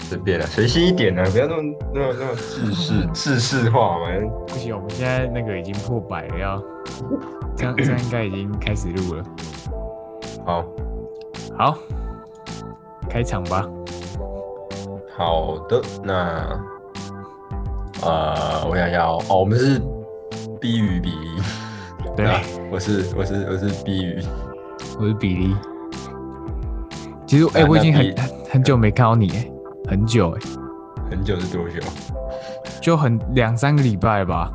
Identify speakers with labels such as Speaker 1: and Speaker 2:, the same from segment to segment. Speaker 1: 随便了，随心一点啊，不要那么那么那么制式制式化嘛。
Speaker 2: 不行，我们现在那个已经破百了， 要这样这样应该已经开始录了。
Speaker 1: 好
Speaker 2: 好，开场吧。
Speaker 1: 好的，那呃，我想要哦，我们是 B 与比利，
Speaker 2: 对，
Speaker 1: 啊我是我是我是 B 与，
Speaker 2: 我是比利。其实，哎、
Speaker 1: 啊
Speaker 2: 我已
Speaker 1: 那
Speaker 2: 经很
Speaker 1: 比
Speaker 2: 很很久没看到你、哎，很久、哎，
Speaker 1: 很久是多久？
Speaker 2: 就很两三个礼拜吧。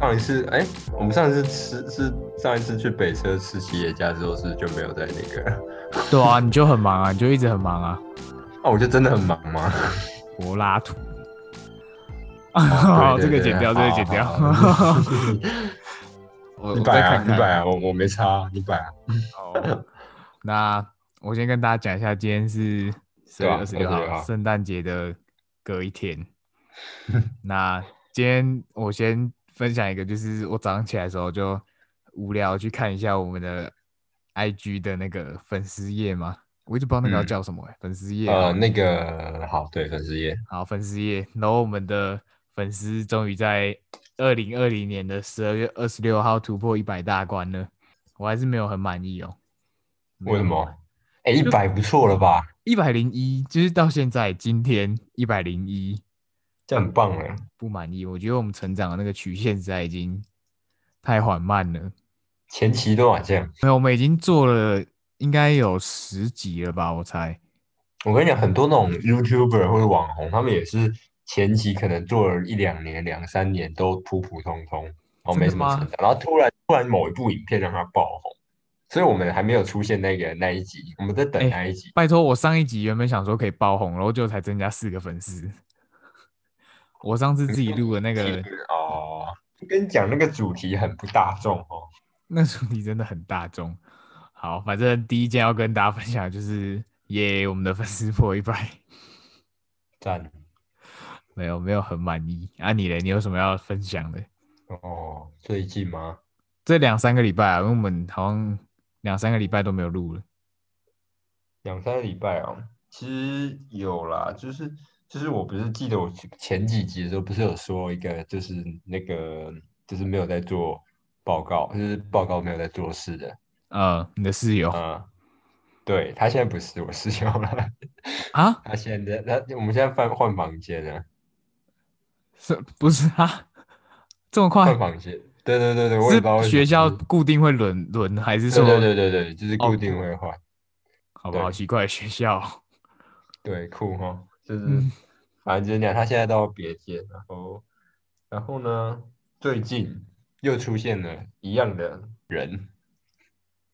Speaker 1: 上一次哎、我们上一次吃是上一次去北车吃企业家之后是就没有在那个，
Speaker 2: 对 啊，你就很忙啊，你就一直很忙啊，
Speaker 1: 那、我就真的很忙吗？
Speaker 2: 柏拉图。 好， 这
Speaker 1: 哦对
Speaker 2: 个
Speaker 1: 对对
Speaker 2: 剪掉，这个
Speaker 1: 好
Speaker 2: 剪掉。
Speaker 1: 好好
Speaker 2: 我
Speaker 1: 你
Speaker 2: 我
Speaker 1: 摆
Speaker 2: 再
Speaker 1: 啊
Speaker 2: 看
Speaker 1: 你
Speaker 2: 看。
Speaker 1: 摆啊，我我没差啊，你摆啊。
Speaker 2: 哦，那我先跟大家讲一下，今天是十
Speaker 1: 对
Speaker 2: 月
Speaker 1: 啊
Speaker 2: 二十六
Speaker 1: 26
Speaker 2: 号，
Speaker 1: 号
Speaker 2: 圣诞节的隔一 天。那今天我先分享一个，就是我早上起来的时候就无聊去看一下我们的 IG 的那个粉丝页嘛，我一直不知道那个要
Speaker 1: 嗯
Speaker 2: 叫什么、欸粉丝页
Speaker 1: 呃，
Speaker 2: 好
Speaker 1: 那个好，对，粉丝页，
Speaker 2: 好，粉丝页。然后我们的粉丝终于在二零二零年的十二月二十六号突破一百大关了，我还是没有很满意哦。没有
Speaker 1: 为什
Speaker 2: 很
Speaker 1: 么
Speaker 2: 满？
Speaker 1: 哎、一百不错 了吧？
Speaker 2: 一百零一，就是到现在今天一百零一
Speaker 1: 这样很棒欸了。
Speaker 2: 不满意，我觉得我们成长的那个曲线实在已经太缓慢了。
Speaker 1: 前期都啊好像，
Speaker 2: 没有，我们已经做了应该有十集了吧，我猜。
Speaker 1: 我跟你讲，很多那种 YouTuber 或者网红，他们也是前期可能做了一两年、两三年都普普通通，然后没什么成
Speaker 2: 真
Speaker 1: 长，然后突然突然某一部影片让它爆红，所以我们还没有出现那个那一集，我们在等
Speaker 2: 哎
Speaker 1: 那一集。
Speaker 2: 拜托，我上一集原本想说可以爆红，然后就才增加四个粉丝。我上次自己录的那 个
Speaker 1: 哦，跟你讲，那个主题很不大众哦。
Speaker 2: 那主题真的很大众。好，反正第一件要跟大家分享的就是，耶，我们的粉丝破一百，
Speaker 1: 赞
Speaker 2: 没有没有很满意。啊，你嘞，你有什么要分享的？
Speaker 1: 哦，最近吗？
Speaker 2: 这两三个礼拜啊，因为我们好像两三个礼拜都没有录了。
Speaker 1: 两三个礼拜哦，其实有啦，就是就是我不是记得我前前几集的时候不是有说一个，就是那个就是没有在做报告，就是报告没有在做事的，
Speaker 2: 呃，你的室友、
Speaker 1: 嗯，对，他现在不是我室友了，
Speaker 2: 啊，
Speaker 1: 他现在他我们现在换换房间了，
Speaker 2: 是不是啊？这么快
Speaker 1: 换？房间，对对对对，我也不知道为
Speaker 2: 是
Speaker 1: 什
Speaker 2: 学
Speaker 1: 么
Speaker 2: 校
Speaker 1: 就是
Speaker 2: 固定会轮轮，还是说？
Speaker 1: 对对对对对，就是
Speaker 2: 哦
Speaker 1: 固定会换，
Speaker 2: 好吧，
Speaker 1: 对
Speaker 2: 好奇怪，学校。
Speaker 1: 对，酷哈，就是
Speaker 2: 嗯
Speaker 1: 反正就是那样。他现在到别界，然后，然后呢，最近又出现了一样的人，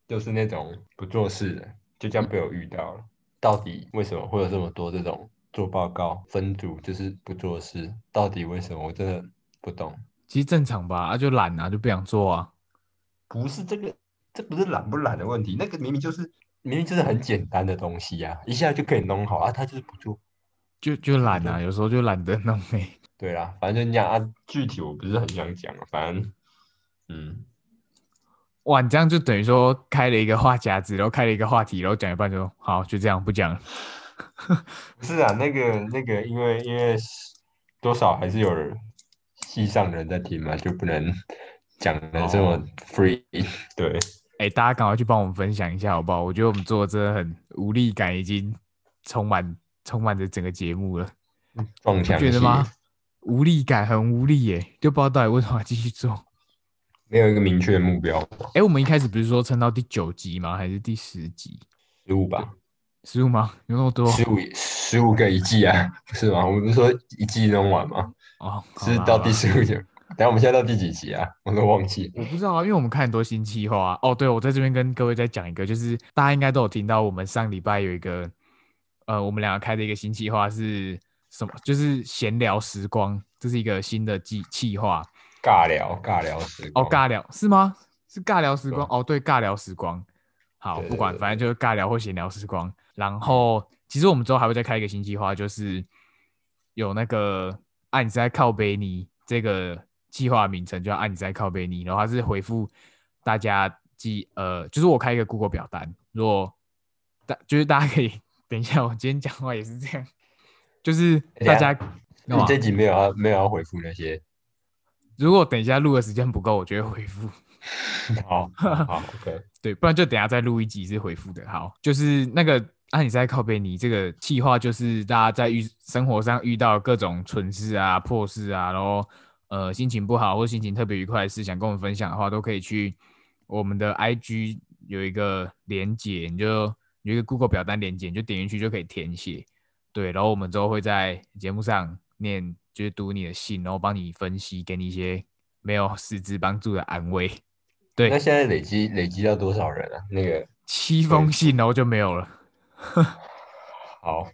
Speaker 1: 就是那种不做事的，就这样被我遇到了。到底为什么会有这么多这种做报告、分组就是不做事？到底为什么？我真的不懂。
Speaker 2: 其实正常吧，啊，就懒啊，就不想做啊。
Speaker 1: 不是这个，这不是懒不懒的问题，那个明明就是明明就是很简单的东西呀、一下就可以弄好啊，他就是不做。
Speaker 2: 就就懒啊，有时候就懒得弄欸诶、
Speaker 1: 对啦，反正就那样啊，具体我不是很想讲啊，反正，嗯，
Speaker 2: 哇，你这样就等于说开了一个话匣子，然后开了一个话题，然后讲一半就说好，就这样不讲了。
Speaker 1: 不是啊，那个那个，因为因为多少还是有人系上人在听嘛，就不能讲的这么
Speaker 2: 哦
Speaker 1: free，、对，
Speaker 2: 哎、大家赶快去帮我们分享一下好不好？我觉得我们做的真的很无力感，已经充满充满着整个节目了，
Speaker 1: 撞
Speaker 2: 你
Speaker 1: 墙
Speaker 2: 不觉得吗
Speaker 1: 系？
Speaker 2: 无力感很无力耶、就不知道到底为什么要继续做。
Speaker 1: 没有一个明确的目标，
Speaker 2: 哎、我们一开始不是说撑到第九集吗？还是第十集？
Speaker 1: 十五吧，
Speaker 2: 十五吗？有那么多
Speaker 1: 十五十五个一季啊，不是吗？我们不是说一季弄完吗？
Speaker 2: 哦？好
Speaker 1: 是
Speaker 2: 啦
Speaker 1: 到
Speaker 2: 好
Speaker 1: 第
Speaker 2: 啦
Speaker 1: 十五集，等下我们现在到第几集啊？我都忘记了。
Speaker 2: 我不知道啊，因为我们看很多新计划啊。哦，对，我在这边跟各位再讲一个，就是大家应该都有听到，我们上礼拜有一个，呃，我们两个开的一个新计划是什么？就是闲聊时光，这是一个新的计计划。
Speaker 1: 尬聊，尬聊时
Speaker 2: 哦，
Speaker 1: 光，
Speaker 2: 尬聊是吗？是尬聊时光
Speaker 1: 对。
Speaker 2: 哦，对，尬聊时光。好，
Speaker 1: 对对
Speaker 2: 不管，
Speaker 1: 对
Speaker 2: 反正就是尬聊或闲聊时光。然后，其实我们之后还会再开一个新计划，就是有那个“啊，你是在靠背你”这个计划名称，叫“啊，你是在靠背你”。然后它是回复大家记，呃，就是我开一个 Google 表单，如果大就是大家可以等一下，我今天讲话也是这样。就是大家干
Speaker 1: 你
Speaker 2: 嘛
Speaker 1: 这集没有要没有要回复那些，
Speaker 2: 如果等一下录的时间不够，我就会回复。
Speaker 1: 好好 OK，
Speaker 2: 对，不然就等一下再录一集是回复的。好，就是那个啊，你在靠背你这个计划，就是大家在遇生活上遇到各种蠢事啊、破事啊，然后呃心情不好或心情特别愉快的事，想跟我们分享的话，都可以去我们的 IG 有一个连接，你就有一个 Google 表单连接，你就点进去就可以填写。对，然后我们之后会在节目上念，就是读你的信，然后帮你分析，给你一些没有实质帮助的安慰。 对
Speaker 1: 那现在累积累积到多少人啊？那个
Speaker 2: 七封信，然后就没有了。
Speaker 1: 好，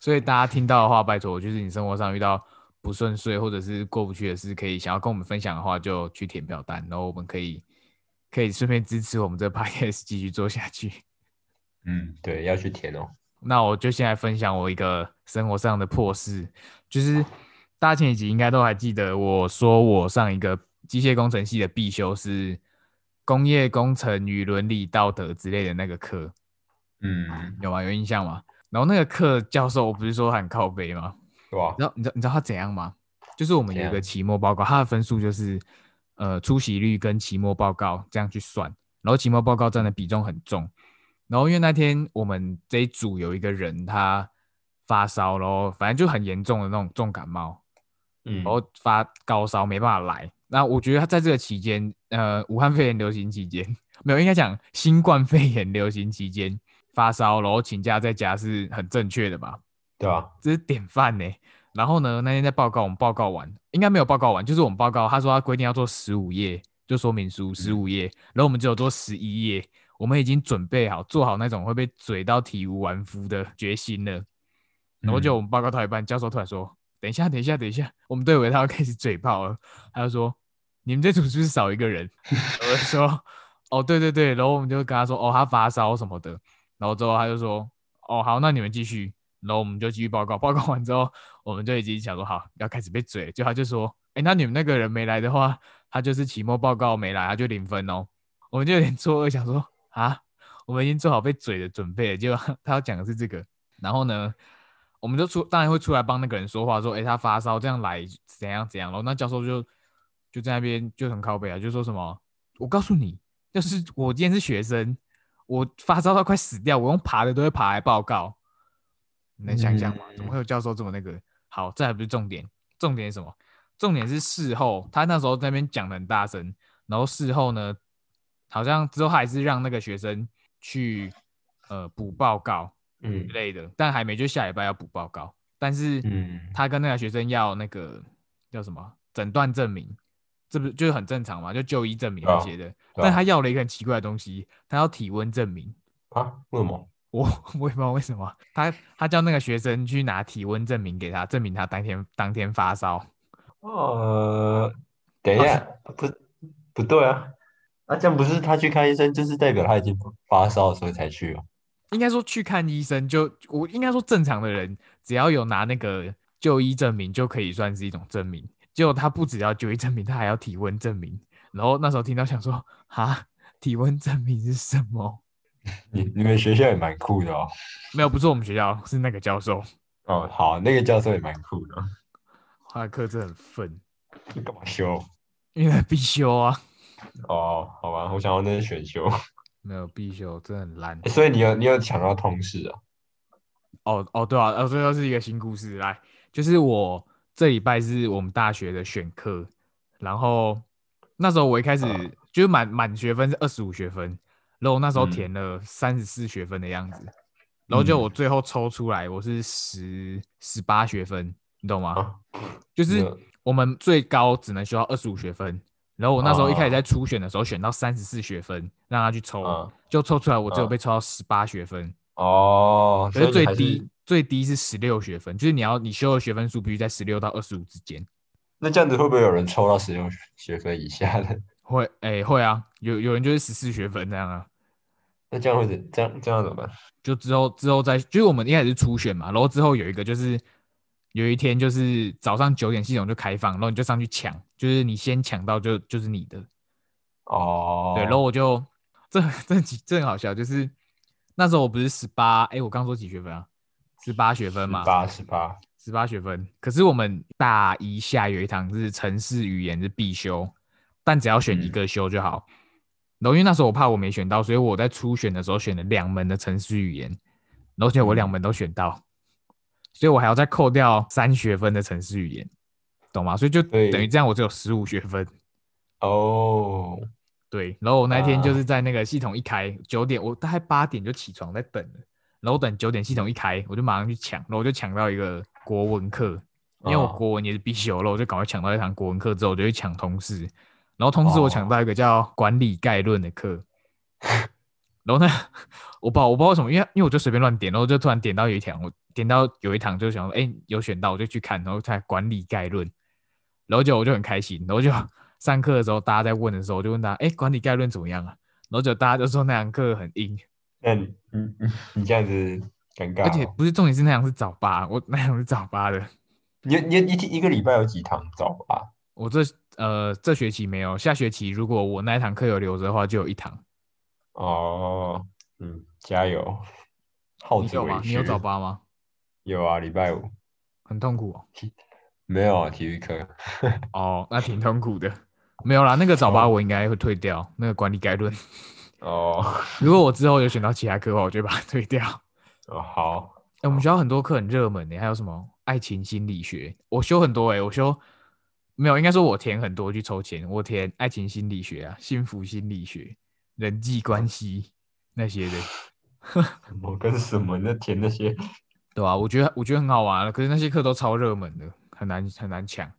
Speaker 2: 所以大家听到的话，拜托，就是你生活上遇到不顺遂或者是过不去的事，可以想要跟我们分享的话，就去填表单，然后我们可以可以顺便支持我们这 podcast 继续做下去。
Speaker 1: 嗯，对，要去填哦。
Speaker 2: 那我就先来分享我一个生活上的破事，就是大家前几集应该都还记得，我说我上一个机械工程系的必修是工业工程与伦理道德之类的那个课，
Speaker 1: 嗯，
Speaker 2: 有吗？有印象吗？然后那个课教授，我不是说很靠背吗？
Speaker 1: 对吧
Speaker 2: 你知？道你知道你知道他怎样吗？就是我们有一
Speaker 1: 怎
Speaker 2: 个
Speaker 1: 样
Speaker 2: 期末报告，他的分数就是呃出席率跟期末报告这样去算，然后期末报告占的比重很重。然后因为那天我们这一组有一个人他发烧，然后反正就很严重的那种重感冒，
Speaker 1: 嗯，
Speaker 2: 然后发高烧没办法来。那我觉得他在这个期间，呃，武汉肺炎流行期间，没有应该讲新冠肺炎流行期间发烧，然后请假在家是很正确的吧？
Speaker 1: 对吧？
Speaker 2: 这是典范呢、欸然后呢，那天在报告，我们报告完，应该没有报告完，就是我们报告，他说他规定要做十五页，就说明书十五页，然后我们只有做十一页，我们已经准备好做好那种会被嘴到体无完肤的决心了。然后就我们报告到一半，教授突然说：“等一下，等一下，等一下。”我们都以为他要开始嘴炮了，他就说：“你们这组是不是少一个人？” 我就说：“哦，对对对。”然后我们就跟他说：“哦，他发烧什么的。”然后之后他就说：“哦，好，那你们继续。”然后我们就继续报告，报告完之后，我们就已经想说好要开始被嘴了，就他就说：“哎，那你们那个人没来的话，他就是期末报告没来，他就零分哦。”我们就有点 错愕，想说啊，我们已经做好被嘴的准备了，结果 他他要讲的是这个。然后呢，我们就出当然会出来帮那个人说话，说，诶，他发烧，这样来怎样怎样。然后那教授就就在那边就很靠北啊，就说什么，我告诉你，要是我今天是学生，我发烧到快死掉，我用爬的都会爬来报告，你能想象吗？怎么会有教授这么那个？好，这还不是重点，重点是什么？重点是事后，他那时候在那边讲的很大声，然后事后呢，好像之后他还是让那个学生去呃补报告
Speaker 1: 嗯
Speaker 2: 之类的，但还没就下礼拜要补报告，但是
Speaker 1: 嗯
Speaker 2: 他跟那个学生要那个叫什么诊断证明，这不就是很正常嘛？就就医证明
Speaker 1: 对
Speaker 2: 那
Speaker 1: 啊
Speaker 2: 些的，
Speaker 1: 对啊
Speaker 2: 但他要了一个很奇怪的东西，他要体温证明。
Speaker 1: 啊，为什么？
Speaker 2: 我我也不知道为什么，他他叫那个学生去拿体温证明给他，证明他当天当天发烧。
Speaker 1: 呃，等一下，不不对啊，那这样不是他去看医生，就是代表他已经发烧的时候才去哦。
Speaker 2: 应该说去看医生就，我应该说正常的人只要有拿那个就医证明就可以算是一种证明。结果他不只要就医证明，他还要体温证明。然后那时候听到想说，哈，体温证明是什么？
Speaker 1: 你你们学校也蛮酷的哦。
Speaker 2: 没有，不是我们学校，是那个教授，
Speaker 1: 哦，好，那个教授也蛮酷的，
Speaker 2: 他的课真的很愤，
Speaker 1: 你干嘛修？
Speaker 2: 因为他必修啊，
Speaker 1: 哦，好吧，我想要那是选修。
Speaker 2: 没有必修，真的很烂。
Speaker 1: 所以你有你有抢到通识啊？
Speaker 2: 哦哦，对啊，哦，这又是一个新故事。来，就是我这礼拜是我们大学的选课，然后那时候我一开始、就是满满学分是二十五学分，然后我那时候
Speaker 1: 嗯
Speaker 2: 填了三十四学分的样子，然后就我最后抽出来我是十十八学分，你懂吗？
Speaker 1: 啊
Speaker 2: 就是
Speaker 1: 那
Speaker 2: 我们最高只能修到二十五学分，然后我那时候一开始
Speaker 1: 哦
Speaker 2: 在初选的时候选到三十四学分，让他去抽，
Speaker 1: 嗯
Speaker 2: 就抽出来我只有
Speaker 1: 嗯
Speaker 2: 被抽到十八学分。
Speaker 1: 哦，
Speaker 2: 可
Speaker 1: 所
Speaker 2: 是
Speaker 1: 以你
Speaker 2: 最
Speaker 1: 还
Speaker 2: 低最低是十六学分，就是你要你修的学分数必须在十六到二十五之间。
Speaker 1: 那这样子会不会有人抽到十六学分以下的？
Speaker 2: 会诶、会啊，有有人就是十四学分这样啊。
Speaker 1: 那这样会怎这样这样怎么办？
Speaker 2: 就之后之后再就是我们一开始是初选嘛，然后之后有一个就是有一天就是早上九点系统就开放，然后你就上去抢，就是你先抢到就就是你的。
Speaker 1: 哦，
Speaker 2: 对，然后我就这这很这很好笑，就是那时候我不是十八，哎，我刚说几学分啊？十八学分嘛，
Speaker 1: 八十八，
Speaker 2: 十八学分。可是我们大一下有一堂是城市语言是必修，但只要选一个修就好。然后因为那时候我怕我没选到，所以我在初选的时候选了两门的城市语言，然后结果我两门都选到，所以我还要再扣掉三学分的城市语言，懂吗？所以就
Speaker 1: 对
Speaker 2: 等于这样，我只有十五学分。
Speaker 1: 哦，
Speaker 2: 对，然后我那一天就是在那个系统一开，九、点我大概八点就起床在等了，然后等九点系统一开，我就马上去抢，然后我就抢到一个国文课，因为我
Speaker 1: 哦
Speaker 2: 国文也是必修了，我就赶快抢到一堂国文课之后，我就去抢通识，然后通识我抢到一个叫《管理概论》的课，然后呢，我不知道我不知道为什么，因为因为我就随便乱点，然后就突然点到有一堂，我点到有一堂就想说，哎、有选到我就去看，然后才《管理概论》，然后就我就很开心，然后就上课的时候大家在问的时候，我就问他，哎、管理概论》怎么样啊？然后就大家就说那堂课很硬，
Speaker 1: 那你你你你这样子尴尬哦，
Speaker 2: 而且不是重点是那堂是早八，我那堂是早八的，
Speaker 1: 你你你一一个礼拜有几堂早八？
Speaker 2: 我这呃这学期没有，下学期如果我那一堂课有留着的话，就有一堂。
Speaker 1: 哦，嗯，加油，好
Speaker 2: 你
Speaker 1: 自
Speaker 2: 有吗
Speaker 1: 为？
Speaker 2: 你有
Speaker 1: 之
Speaker 2: 早？八吗？
Speaker 1: 有啊，礼拜五
Speaker 2: 很痛苦哦。
Speaker 1: 没有啊，体育课。
Speaker 2: 哦，那挺痛苦的。没有啦，那个早八我应该会退掉，那个管理概论。
Speaker 1: 哦，
Speaker 2: 如果我之后有选到其他课的话，我就会把它退掉。
Speaker 1: 哦好，
Speaker 2: 哎、我们学校很多课很热门的、欸还有什么爱情心理学，我修很多哎、我修没有，应该说我填很多去抽签，我填爱情心理学啊、幸福心理学、人际关系那些的，
Speaker 1: 什么跟什么那填那些，
Speaker 2: 对吧、我觉得我觉得很好玩啊了，可是那些课都超热门的，很难很难抢。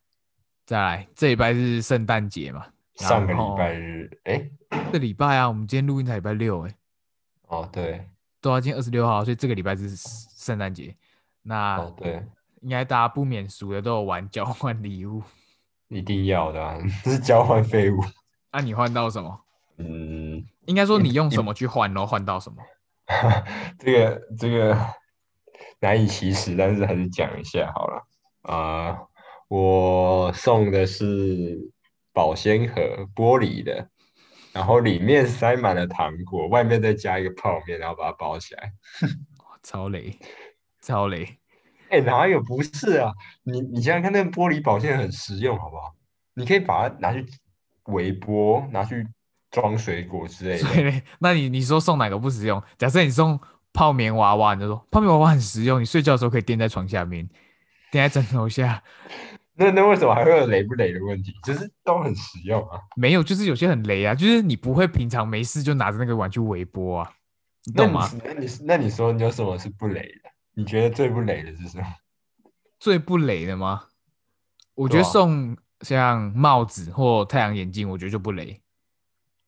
Speaker 2: 再来，这礼拜是圣诞节嘛？然
Speaker 1: 上个
Speaker 2: 后
Speaker 1: 礼拜日，哎，
Speaker 2: 这礼拜啊，我们今天录音才礼拜六哎、
Speaker 1: 哦对，
Speaker 2: 对啊，今天二十六号，所以这个礼拜是圣诞节。那
Speaker 1: 哦对，
Speaker 2: 应该大家不免俗的都有玩交换礼物。
Speaker 1: 一定要的啊， 这是交换废物。
Speaker 2: 那、啊你换到什么？
Speaker 1: 嗯，
Speaker 2: 应该说你用什么去换，然后换到什么？
Speaker 1: 这个这个难以启齿，但是还是讲一下好了。啊、我送的是保鲜盒，玻璃的，然后里面塞满了糖果，外面再加一个泡面，然后把它包起来。
Speaker 2: 哇哦超雷，超雷！
Speaker 1: 哎，哪有不是啊？你你想想看，那个玻璃保鲜盒很实用，好不好？你可以把它拿去微波，拿去装水果之类
Speaker 2: 所
Speaker 1: 的。
Speaker 2: 以嘞，那你你说送哪个不实用？假设你送泡棉娃娃，你就说泡棉娃娃很实用，你睡觉的时候可以垫在床下面，垫在枕头下。
Speaker 1: 那那为什么还会有累不累的问题？就是都很实用啊。
Speaker 2: 没有，就是有些很雷啊，就是你不会平常没事就拿着那个玩去微波啊，你
Speaker 1: 那
Speaker 2: 懂
Speaker 1: 你
Speaker 2: 吗？
Speaker 1: 那你那你说你有什么是不雷的？你觉得最不雷的是什么？
Speaker 2: 最不雷的吗？我觉
Speaker 1: 对
Speaker 2: 得
Speaker 1: 啊
Speaker 2: 送像帽子或太阳眼镜，我觉得就不雷。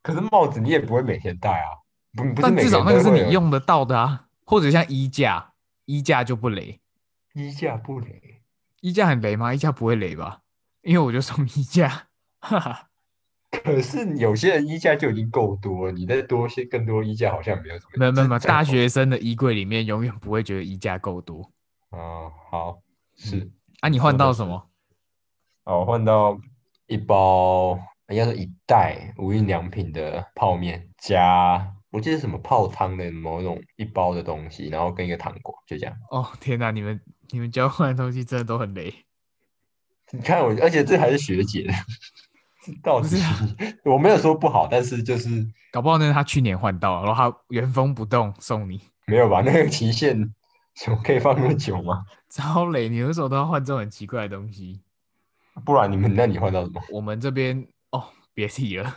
Speaker 1: 可是帽子你也不会每天戴啊，不不是
Speaker 2: 但
Speaker 1: 每
Speaker 2: 至
Speaker 1: 个
Speaker 2: 少
Speaker 1: 人
Speaker 2: 那个
Speaker 1: 都
Speaker 2: 是
Speaker 1: 会有
Speaker 2: 你用得到的啊，或者像衣架，衣架就不雷。
Speaker 1: 衣架不雷，
Speaker 2: 衣架很雷吗？衣架不会雷吧？因为我就送衣架，哈哈。
Speaker 1: 可是有些人衣架就已经够多了，你再多些更多衣架好像没有什么。
Speaker 2: 没有没有没有，
Speaker 1: 这
Speaker 2: 大学生的衣柜里面永远不会觉得衣架够多
Speaker 1: 啊好是
Speaker 2: 啊。你换
Speaker 1: 说
Speaker 2: 到
Speaker 1: 得
Speaker 2: 什
Speaker 1: 是
Speaker 2: 么？
Speaker 1: 哦，换到一包应该说一袋无印良品的泡面加我记得是什么泡汤的某种一包的东西，然后跟一个糖果就这样。
Speaker 2: 哦天哪，你们你们交换的东西真的都很雷。
Speaker 1: 你看我，而且这还是学姐的， 这到
Speaker 2: 不
Speaker 1: 底
Speaker 2: 是啊
Speaker 1: 我没有说不好，但是就是
Speaker 2: 搞不好那是他去年换到，然后他原封不动送你，
Speaker 1: 没有吧？那个期限，我可以放那么久吗？
Speaker 2: 超雷！你为什么都要换这种很奇怪的东西？
Speaker 1: 不然你们，那你换到什么？
Speaker 2: 我们这边哦，别提了。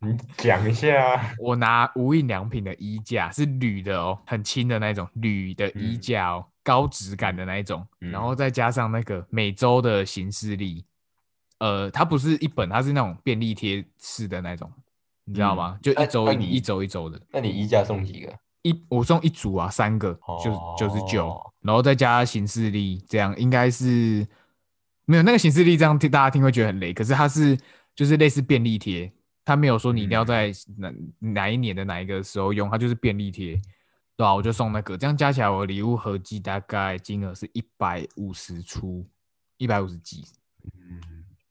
Speaker 1: 你讲一下啊。
Speaker 2: 我拿无印良品的衣架，是铝的哦，很轻的那种铝的衣架哦，高质感的那一种，
Speaker 1: 嗯
Speaker 2: 然后再加上那个美洲的行事历，呃，它不是一本，它是那种便利贴式的那种，你知道吗？就一
Speaker 1: 哎
Speaker 2: 周
Speaker 1: 哎
Speaker 2: 一、
Speaker 1: 你
Speaker 2: 一周一周的，
Speaker 1: 那你衣架送几个？
Speaker 2: 一我送一组啊，三个
Speaker 1: 哦
Speaker 2: 就九十九，然后再加行事历，这样应该是没有那个行事历，这样听大家听会觉得很累，可是它是就是类似便利贴，它没有说你一定要
Speaker 1: 嗯
Speaker 2: 在哪、哪一年的哪一个时候用，它就是便利贴，对啊吧、我就送那个，这样加起来我的礼物合计大概金额是一百五十出，一百五十几，
Speaker 1: 嗯，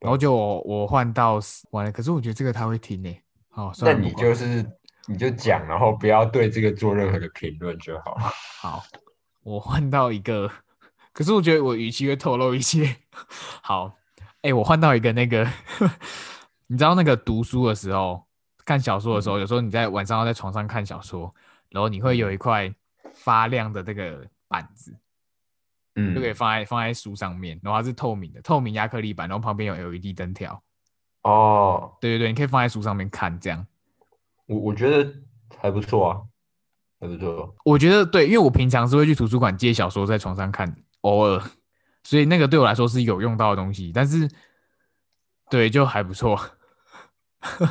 Speaker 2: 然后就我我换到完了，可是我觉得这个他会听呢、好，
Speaker 1: 那
Speaker 2: 算了，
Speaker 1: 你
Speaker 2: 不管
Speaker 1: 就是你就讲，然后不要对这个做任何的评论就好了。
Speaker 2: 好，我换到一个，可是我觉得我语气会透露一些。好，哎、我换到一个那个， 你知道那个读书的时候，看小说的时候，有时候你在晚上要在床上看小说，然后你会有一块发亮的这个板子，
Speaker 1: 嗯
Speaker 2: 就可以放在放在书上面，然后它是透明的，透明亚克力板，然后旁边有 LED 灯条。
Speaker 1: 哦，
Speaker 2: 对对对，你可以放在书上面看这样。
Speaker 1: 我我觉得还不错啊，还不错。
Speaker 2: 我觉得对，因为我平常是会去图书馆借小说在床上看，偶尔，所以那个对我来说是有用到的东西。但是，对，就还不错。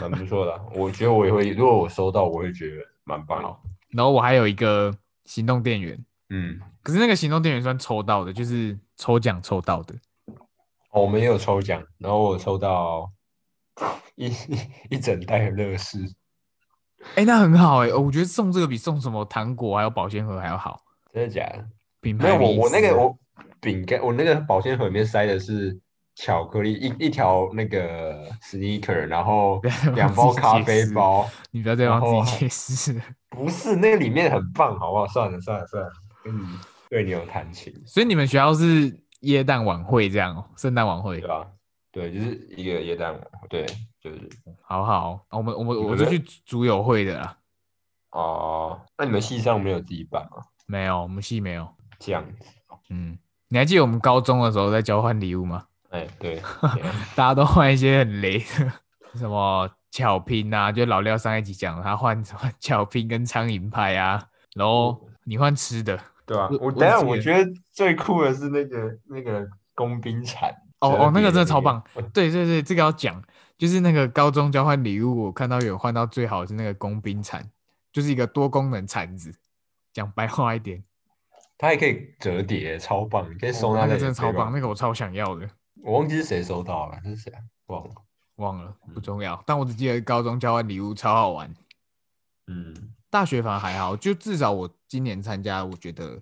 Speaker 1: 蛮不错的啊、我觉得我也会，如果我收到，我会觉得蛮棒的。
Speaker 2: 然后我还有一个行动电源，
Speaker 1: 嗯，
Speaker 2: 可是那个行动电源算抽到的，就是抽奖抽到的。
Speaker 1: 哦我们也有抽奖，然后我有抽到一一整袋的乐事，
Speaker 2: 哎，那很好哎、我觉得送这个比送什么糖果还有保鲜盒还要好。
Speaker 1: 真的假的？
Speaker 2: 品
Speaker 1: 没有
Speaker 2: 牌
Speaker 1: 我
Speaker 2: 力
Speaker 1: 我那
Speaker 2: 是
Speaker 1: 个我饼干，我那个保鲜盒里面塞的是巧克力，一一条那个 sneaker，然后两包咖啡包，
Speaker 2: 你不要再帮
Speaker 1: 然
Speaker 2: 自己
Speaker 1: 后
Speaker 2: 解释。
Speaker 1: 不是那个里面很棒，好不好？算了算了算了，跟你对你有弹琴，
Speaker 2: 所以你们学校是耶诞晚会这样哦，圣诞晚会
Speaker 1: 对。啊吧？对，就是一个椰蛋王，对，就是
Speaker 2: 好好，啊我们我们
Speaker 1: 你
Speaker 2: 我
Speaker 1: 们
Speaker 2: 是
Speaker 1: 呢
Speaker 2: 去组友会的啦，
Speaker 1: 哦、那你们系上没有地板吗？
Speaker 2: 没有，我们系没有。
Speaker 1: 这样子，
Speaker 2: 嗯，你还记得我们高中的时候在交换礼物吗？
Speaker 1: 哎，对，这样
Speaker 2: 大家都换一些很雷的，什么巧拼啊，就老廖上一集讲的，他换换巧拼跟苍蝇拍啊，然
Speaker 1: 哦
Speaker 2: 后你换吃的。
Speaker 1: 对啊。
Speaker 2: 我
Speaker 1: 我
Speaker 2: 我
Speaker 1: 等一下
Speaker 2: 记
Speaker 1: 我
Speaker 2: 得
Speaker 1: 觉得最酷的是那个那个工兵铲，
Speaker 2: 哦
Speaker 1: 折
Speaker 2: 哦，那
Speaker 1: 叠
Speaker 2: 个真的超
Speaker 1: 那个
Speaker 2: 棒！对对对，这个要讲，就是那个高中交换礼物，我看到有换到最好的是那个工兵铲，就是一个多功能铲子。讲白话一点，
Speaker 1: 它还可以折叠，超棒！你可以
Speaker 2: 哦
Speaker 1: 收纳
Speaker 2: 那
Speaker 1: 在
Speaker 2: 个
Speaker 1: 你
Speaker 2: 真
Speaker 1: 的
Speaker 2: 的超
Speaker 1: 背
Speaker 2: 棒，
Speaker 1: 包。
Speaker 2: 那个我超想要的。
Speaker 1: 我忘记是谁收到了，是谁啊？忘了。
Speaker 2: 忘了不
Speaker 1: 嗯
Speaker 2: 重要，但我只记得高中交换礼物超好玩。
Speaker 1: 嗯，
Speaker 2: 大学反而还好，就至少我今年参加，我觉得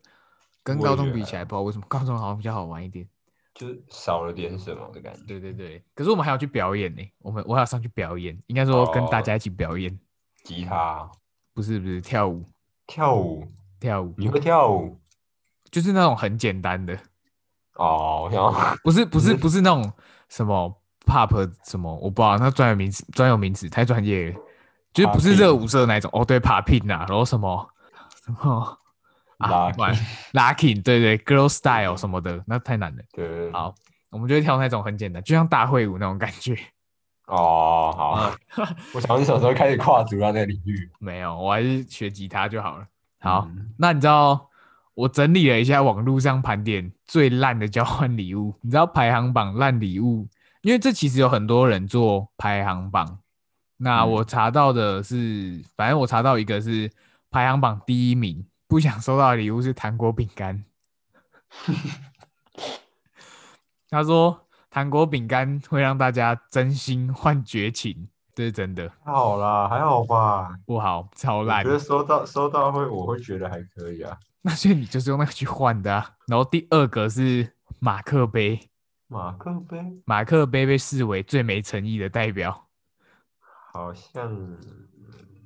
Speaker 2: 跟
Speaker 1: 我也
Speaker 2: 高
Speaker 1: 觉
Speaker 2: 中
Speaker 1: 得
Speaker 2: 比
Speaker 1: 还
Speaker 2: 起来，不知道为什么高中好像比较好玩一点。
Speaker 1: 就是少了点什么的感觉。
Speaker 2: 对对对，可是我们还要去表演呢、我们我还要上去表演，应该说跟大
Speaker 1: 哦
Speaker 2: 家一起表演，
Speaker 1: 吉他、
Speaker 2: 不是不是跳舞
Speaker 1: 跳舞，
Speaker 2: 跳舞，
Speaker 1: 你会跳舞？
Speaker 2: 就是那种很简单的，
Speaker 1: 哦，我想要
Speaker 2: 不是不是
Speaker 1: 嗯
Speaker 2: 不是那种什么 pop 什么，我不知道那专有名词专有名词太专业了，就是不是
Speaker 1: Popping
Speaker 2: 热舞社那一种哦，对 popping 啊，然后什么什么啊，
Speaker 1: Locking
Speaker 2: 完 locking 对对 girl style 什么的，那太难了。
Speaker 1: 对
Speaker 2: 好我们就会跳那种很简单，就像大会舞那种感觉。
Speaker 1: 哦，
Speaker 2: 啊
Speaker 1: 好。我想你什么时候开始跨足到那个领域？
Speaker 2: 没有，我还是学吉他就好了。好，
Speaker 1: 嗯
Speaker 2: 那你知道我整理了一下网络上盘点最烂的交换礼物，你知道排行榜烂礼物，因为这其实有很多人做排行榜。那
Speaker 1: 嗯
Speaker 2: 我查到的是，反正我查到一个是排行榜第一名，不想收到的礼物是糖果饼干。他说糖果饼干会让大家真心换绝情，这是真的，
Speaker 1: 还好啦，还好吧。
Speaker 2: 不好，超
Speaker 1: 我
Speaker 2: 烂。
Speaker 1: 觉得收到收到会，我会觉得还可以啊。
Speaker 2: 那所以你就是用那个去换的啊。然后第二个是马克杯，
Speaker 1: 马克杯
Speaker 2: 马克杯被视为最没诚意的代表，
Speaker 1: 好像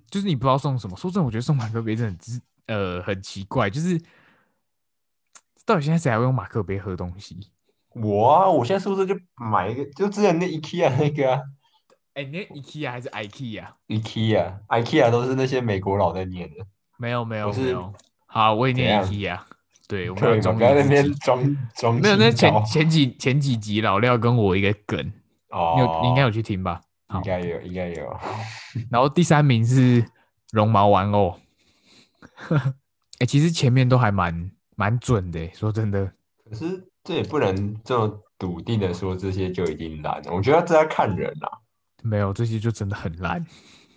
Speaker 2: 就是你不知道送什么。说真的，我觉得送马克杯真的很自呃很奇怪，就是到底现在谁还会用马克杯喝东西？
Speaker 1: 我啊，我现在是不是就买一个？就之前那 IKEA 那个啊。
Speaker 2: 哎、你那 IKEA 还是 IKEA？
Speaker 1: IKEA、IKEA 都是那些美国佬在念的。
Speaker 2: 没有没有
Speaker 1: 我是
Speaker 2: 没有，好，我也念
Speaker 1: 怎
Speaker 2: IKEA。对，我们
Speaker 1: 对，
Speaker 2: 要
Speaker 1: 我
Speaker 2: 中
Speaker 1: 不要在那边
Speaker 2: 立自己
Speaker 1: 装 装
Speaker 2: 没有，
Speaker 1: 清
Speaker 2: 那前
Speaker 1: 高
Speaker 2: 前几前几集老廖跟我一个梗，你有
Speaker 1: 哦，
Speaker 2: 你应该有去听吧？好
Speaker 1: 应该有，应该有。
Speaker 2: 然后第三名是绒毛玩偶。哎、其实前面都还蛮蛮准的欸，说真的，
Speaker 1: 可是这也不能这么笃定的说这些就一定烂，我觉得这要看人啊。
Speaker 2: 没有这些就真的很烂。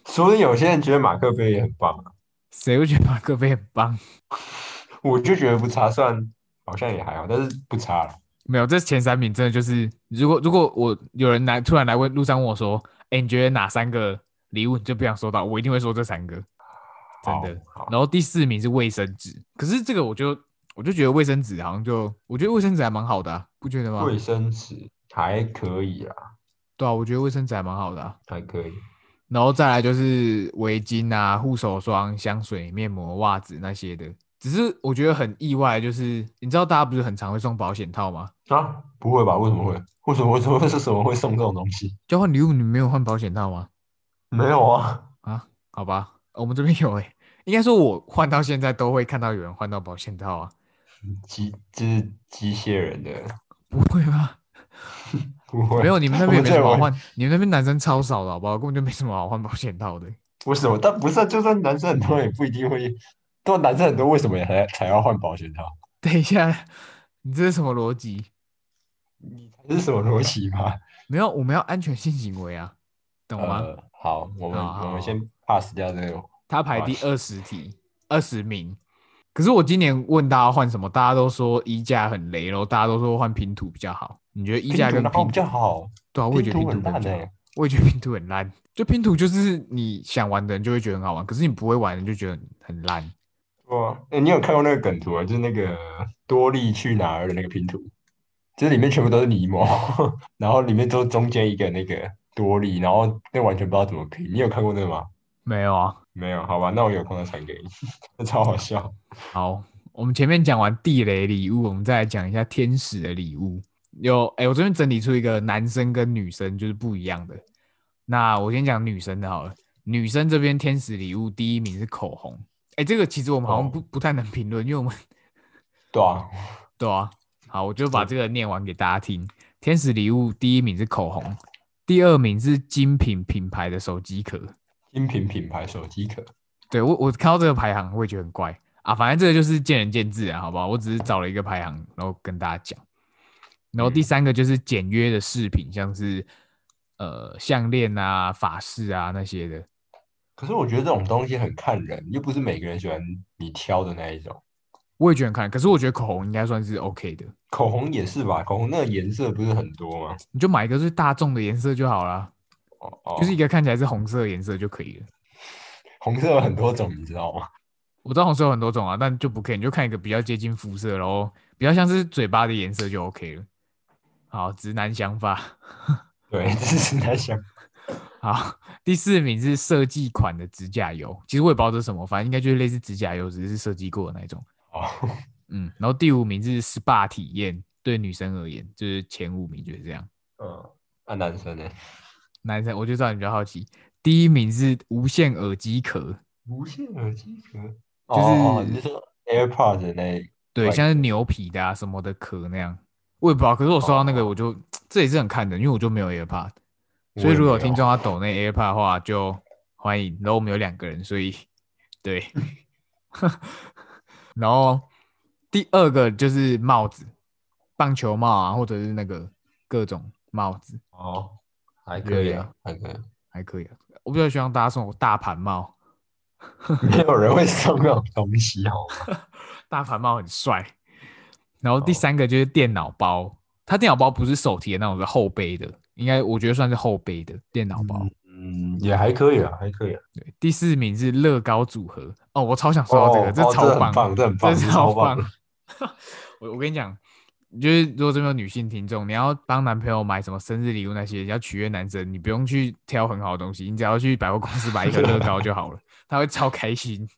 Speaker 1: 说不定有些人觉得马克杯也很棒啊，
Speaker 2: 谁会觉得马克杯很棒？
Speaker 1: 我就觉得不差，虽然好像也还好，但是不差了。
Speaker 2: 没有，这前三名真的就是，如果如果我有人来突然来问路上问我说，哎、你觉得哪三个礼物你最不想收到？我一定会说这三个，真的。
Speaker 1: 好，好
Speaker 2: 然后第四名是卫生纸，可是这个我就我就觉得卫生纸好像就，我觉得卫生纸还蛮好的、啊，不觉得吗？
Speaker 1: 卫生纸还可以啦，
Speaker 2: 对啊，我觉得卫生纸还蛮好的、啊。
Speaker 1: 还可以。
Speaker 2: 然后再来就是围巾啊、护手霜、香水、面膜、袜子那些的，只是我觉得很意外，就是你知道大家不是很常会送保险套吗？
Speaker 1: 啊，不会吧？为什么会？为什么为什么为什么会送这种 东西？
Speaker 2: 交换礼物你没有换保险套吗？
Speaker 1: 没有啊，
Speaker 2: 啊，好吧，我们这边有诶、欸应该说我换到现在都会看到有人换到保险套啊，
Speaker 1: 机这是机械人的，
Speaker 2: 不会吧？
Speaker 1: 不会。
Speaker 2: 没有，你们那边也
Speaker 1: 我
Speaker 2: 没
Speaker 1: 这
Speaker 2: 什么好
Speaker 1: 玩
Speaker 2: 换，你们那边男生超少的好不好？根本就没什么好换保险套的。
Speaker 1: 为什么？但不是啊，就算男生很多也不一定会，都男生很多为什么也还才要换保险套？
Speaker 2: 等一下，你这是什么逻辑？
Speaker 1: 这是什么逻辑吗？
Speaker 2: 没有，我们要安全性行为啊，懂吗？
Speaker 1: 呃，好，我们
Speaker 2: 好好
Speaker 1: 我
Speaker 2: 好
Speaker 1: 们先 pass 掉这个。
Speaker 2: 他排第
Speaker 1: 哇
Speaker 2: 二十题，二十名。可是我今年问大家换什么，大家都说衣架很雷咯，大家都说换拼图比较好。你觉得衣架
Speaker 1: 拼
Speaker 2: 跟
Speaker 1: 图哪有
Speaker 2: 拼
Speaker 1: 比较好，
Speaker 2: 对啊，我也觉得
Speaker 1: 拼
Speaker 2: 拼
Speaker 1: 图
Speaker 2: 图
Speaker 1: 很
Speaker 2: 比较
Speaker 1: 烂
Speaker 2: 好
Speaker 1: 欸
Speaker 2: 我也觉得拼图很烂。就拼图就是你想玩的人就会觉得很好玩，可是你不会玩的人就觉得很很烂。
Speaker 1: 哇，哎，你有看过那个梗图啊？就是那个多利去哪儿的那个拼图，就是里面全部都是尼莫， 然后里面都中间一个那个多利，然后那完全不知道怎么拼。你有看过那个吗？
Speaker 2: 没有啊，
Speaker 1: 没有，好吧，那我有空再传给你， 那超好笑。
Speaker 2: 好，我们前面讲完地雷礼物，我们再来讲一下天使的礼物。有，哎、我这边整理出一个男生跟女生就是不一样的。那我先讲女生的好了。女生这边天使礼物第一名是口红，哎、这个其实我们好像不、不太能评论，因为我们
Speaker 1: 对啊，
Speaker 2: 对啊，好，我就把这个念完给大家听。天使礼物第一名是口红，第二名是精品品牌的手机壳。
Speaker 1: 精品品牌手机壳，
Speaker 2: 对我，我看到这个排行，我也觉得很怪啊。反正这个就是见仁见智啊，好不好？我只是找了一个排行，然后跟大家讲。然后第
Speaker 1: 嗯
Speaker 2: 三个就是简约的饰品，像是呃项链啊、法式啊那些的。
Speaker 1: 可是我觉得这种东西很看人，又不是每个人喜欢你挑的那一种。
Speaker 2: 我也觉得很看，可是我觉得口红应该算是 OK 的，
Speaker 1: 口红也是吧？口红那个颜色不是很多吗？
Speaker 2: 你就买一个最大众的颜色就好啦，
Speaker 1: 哦哦，
Speaker 2: 就是一个看起来是红色的颜色就可以了。
Speaker 1: 红色有很多种，你知道吗？
Speaker 2: 我知道红色有很多种啊，但就不 care，你就看一个比较接近肤色，然后比较像是嘴巴的颜色就 OK 了。好，直男想法。
Speaker 1: 对，这是在想，
Speaker 2: 好，第四名是设计款的指甲油，其实我也不知道这是什么，反正应该就是类似指甲油，只是设计过的那种。
Speaker 1: 哦，
Speaker 2: 嗯，然后第五名是 SPA 体验，对女生而言，就是前五名就是这样。
Speaker 1: 嗯，啊，男生呢？
Speaker 2: 男生我就知道你比较好奇，第一名是无线耳机壳，
Speaker 1: 无线耳机壳，哦，哦你是说 AirPods 的那一？
Speaker 2: 对，
Speaker 1: 怪
Speaker 2: 像是牛皮的啊什么的壳那样，我也不知道。可是我收到那个，
Speaker 1: 哦
Speaker 2: 我就、这也是很看的，因为我就没有 AirPod，所以如果有听众要抖那 AirPod 的话，就欢迎。然后我们有两个人，所以对。 然后第二个就是帽子，棒球帽啊，或者是那个各种帽子，
Speaker 1: 哦，还
Speaker 2: 可
Speaker 1: 可
Speaker 2: 以
Speaker 1: 以
Speaker 2: 啊
Speaker 1: 啊，还可以。
Speaker 2: 还可以、啊。我比较希望大家送我大盘帽，
Speaker 1: 没有人会送那种东西哦。
Speaker 2: 大盘帽很帅。然后第
Speaker 1: 哦
Speaker 2: 三个就是电脑包，它电脑包不是手提的那种，是后背的，应该我觉得算是后背的电脑包。
Speaker 1: 嗯，也还可以啊，还可以啊。
Speaker 2: 对，第四名是乐高组合，哦，我超想收到这个，
Speaker 1: 哦
Speaker 2: 这
Speaker 1: 哦
Speaker 2: 超
Speaker 1: 这很
Speaker 2: 棒，
Speaker 1: 棒这很棒
Speaker 2: 这
Speaker 1: 这
Speaker 2: 超
Speaker 1: 超棒。
Speaker 2: 我我跟你讲，就是如果这边有女性听众，你要帮男朋友买什么生日礼物那些，要取悦男生，你不用去挑很好的东西，你只要去百货公司买一个乐高就好了， 他会超开心。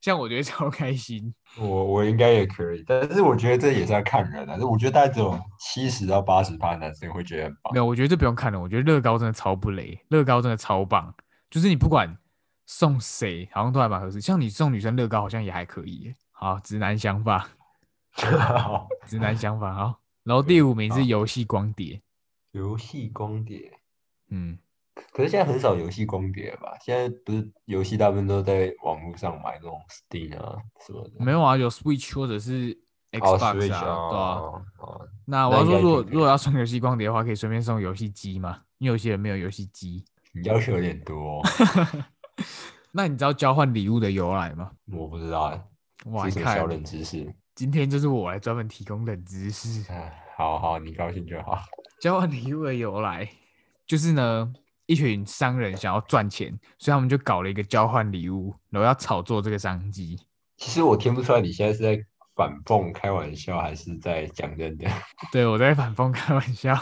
Speaker 2: 像我觉得超开心，
Speaker 1: 我我应该也可以，但是我觉得这也是要看人啊。我觉得大概只有七十到八十趴男生会觉得很棒
Speaker 2: 没。有，我觉得这不用看了，我觉得乐高真的超不雷，乐高真的超棒，就是你不管送谁，好像都还蛮合适。像你送女生乐高，好像也还可以耶。好，直男想法。
Speaker 1: 好
Speaker 2: 直男想法好。然后第五名是游戏光碟，
Speaker 1: 游戏光碟，
Speaker 2: 嗯，
Speaker 1: 可是现在很少游戏光碟了吧？现在不是游戏大部分都在网络上买那种 Steam 啊什么的。
Speaker 2: 没有啊，有 Switch 或者是
Speaker 1: 哦
Speaker 2: Xbox 啊，对啊。
Speaker 1: 哦哦，
Speaker 2: 那我要说，
Speaker 1: 那应该
Speaker 2: 如果
Speaker 1: 就可以
Speaker 2: 如果要送游戏光碟的话，可以顺便送游戏机嘛，因为有些人没有游戏机。
Speaker 1: 你要求有点 多哦，
Speaker 2: 那你知道交换礼物的由来吗？
Speaker 1: 我不知道哎，
Speaker 2: 哇，
Speaker 1: 是
Speaker 2: 你
Speaker 1: 什么小
Speaker 2: 看，
Speaker 1: 冷知识？
Speaker 2: 今天就是我来专门提供冷知识。啊
Speaker 1: 哎，好好，你高兴就好。
Speaker 2: 交换礼物的由来，就是呢，一群商人想要赚钱，所以他们就搞了一个交换礼物，然后要炒作这个商机。
Speaker 1: 其实我听不出来你现在是在反讽、开玩笑，还是在讲真的。
Speaker 2: 对，我在反讽开玩笑。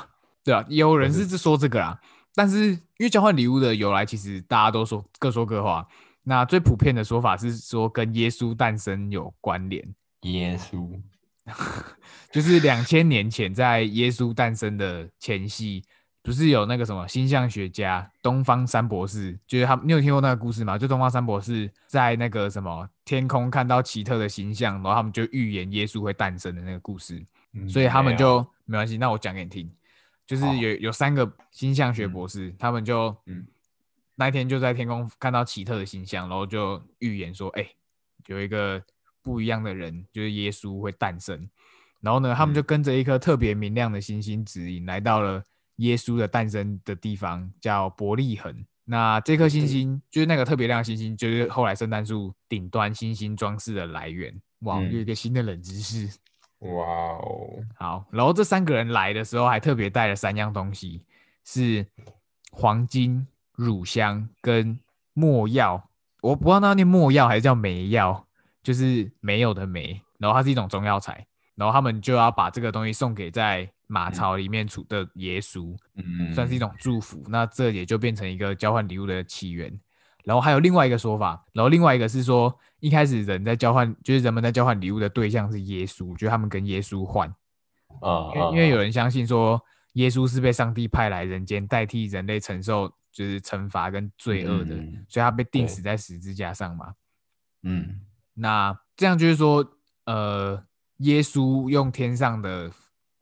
Speaker 2: 对啊，有人是说这个啦，但是因为交换礼物的由来，其实大家都说各说各话。那最普遍的说法是说跟耶稣诞生有关联，
Speaker 1: 耶稣，
Speaker 2: 就是两千年前在耶稣诞生的前夕，不是有那个什么星象学家东方三博士，就是他，你有听过那个故事吗？就东方三博士在那个什么天空看到奇特的形象，然后他们就预言耶稣会诞生的那个故事。
Speaker 1: 嗯
Speaker 2: 所以他
Speaker 1: 没
Speaker 2: 们
Speaker 1: 有
Speaker 2: 就没关系。那我讲给你听，就是
Speaker 1: 好
Speaker 2: 有有三个星象学
Speaker 1: 嗯
Speaker 2: 博士，他们就
Speaker 1: 嗯
Speaker 2: 那一天就在天空看到奇特的星象，然后就预言说，哎、有一个不一样的人，就是耶稣会诞生。然后呢，他们就
Speaker 1: 嗯
Speaker 2: 跟着一颗特别明亮的星星指引，来到了耶稣的诞生的地方，叫伯利恒。那这颗
Speaker 1: 嗯
Speaker 2: 星星、就是那个特别亮的星星，就是后来圣诞树顶端星星装饰的来源。哇，
Speaker 1: 嗯
Speaker 2: 又一个新的冷知识。
Speaker 1: 哇哦，
Speaker 2: 好，然后这三个人来的时候还特别带了三样东西，是黄金、乳香跟没药。我不知道那念没药还是叫没药，就是没有的没。然后它是一种中药材，然后他们就要把这个东西送给在马槽里面处的耶稣。
Speaker 1: 嗯，
Speaker 2: 算是一种祝福。那这也就变成一个交换礼物的起源。然后还有另外一个说法，然后另外一个是说，一开始人在交换，就是人们在交换礼物的对象是耶稣，就是他们跟耶稣换，
Speaker 1: 啊，
Speaker 2: 因为
Speaker 1: 啊
Speaker 2: 因为有人相信说，耶稣是被上帝派来人间，代替人类承受就是惩罚跟罪恶的，
Speaker 1: 嗯嗯嗯
Speaker 2: 所以他被钉
Speaker 1: 对
Speaker 2: 死在十字架上嘛。
Speaker 1: 嗯
Speaker 2: 那这样就是说，呃，耶稣用天上的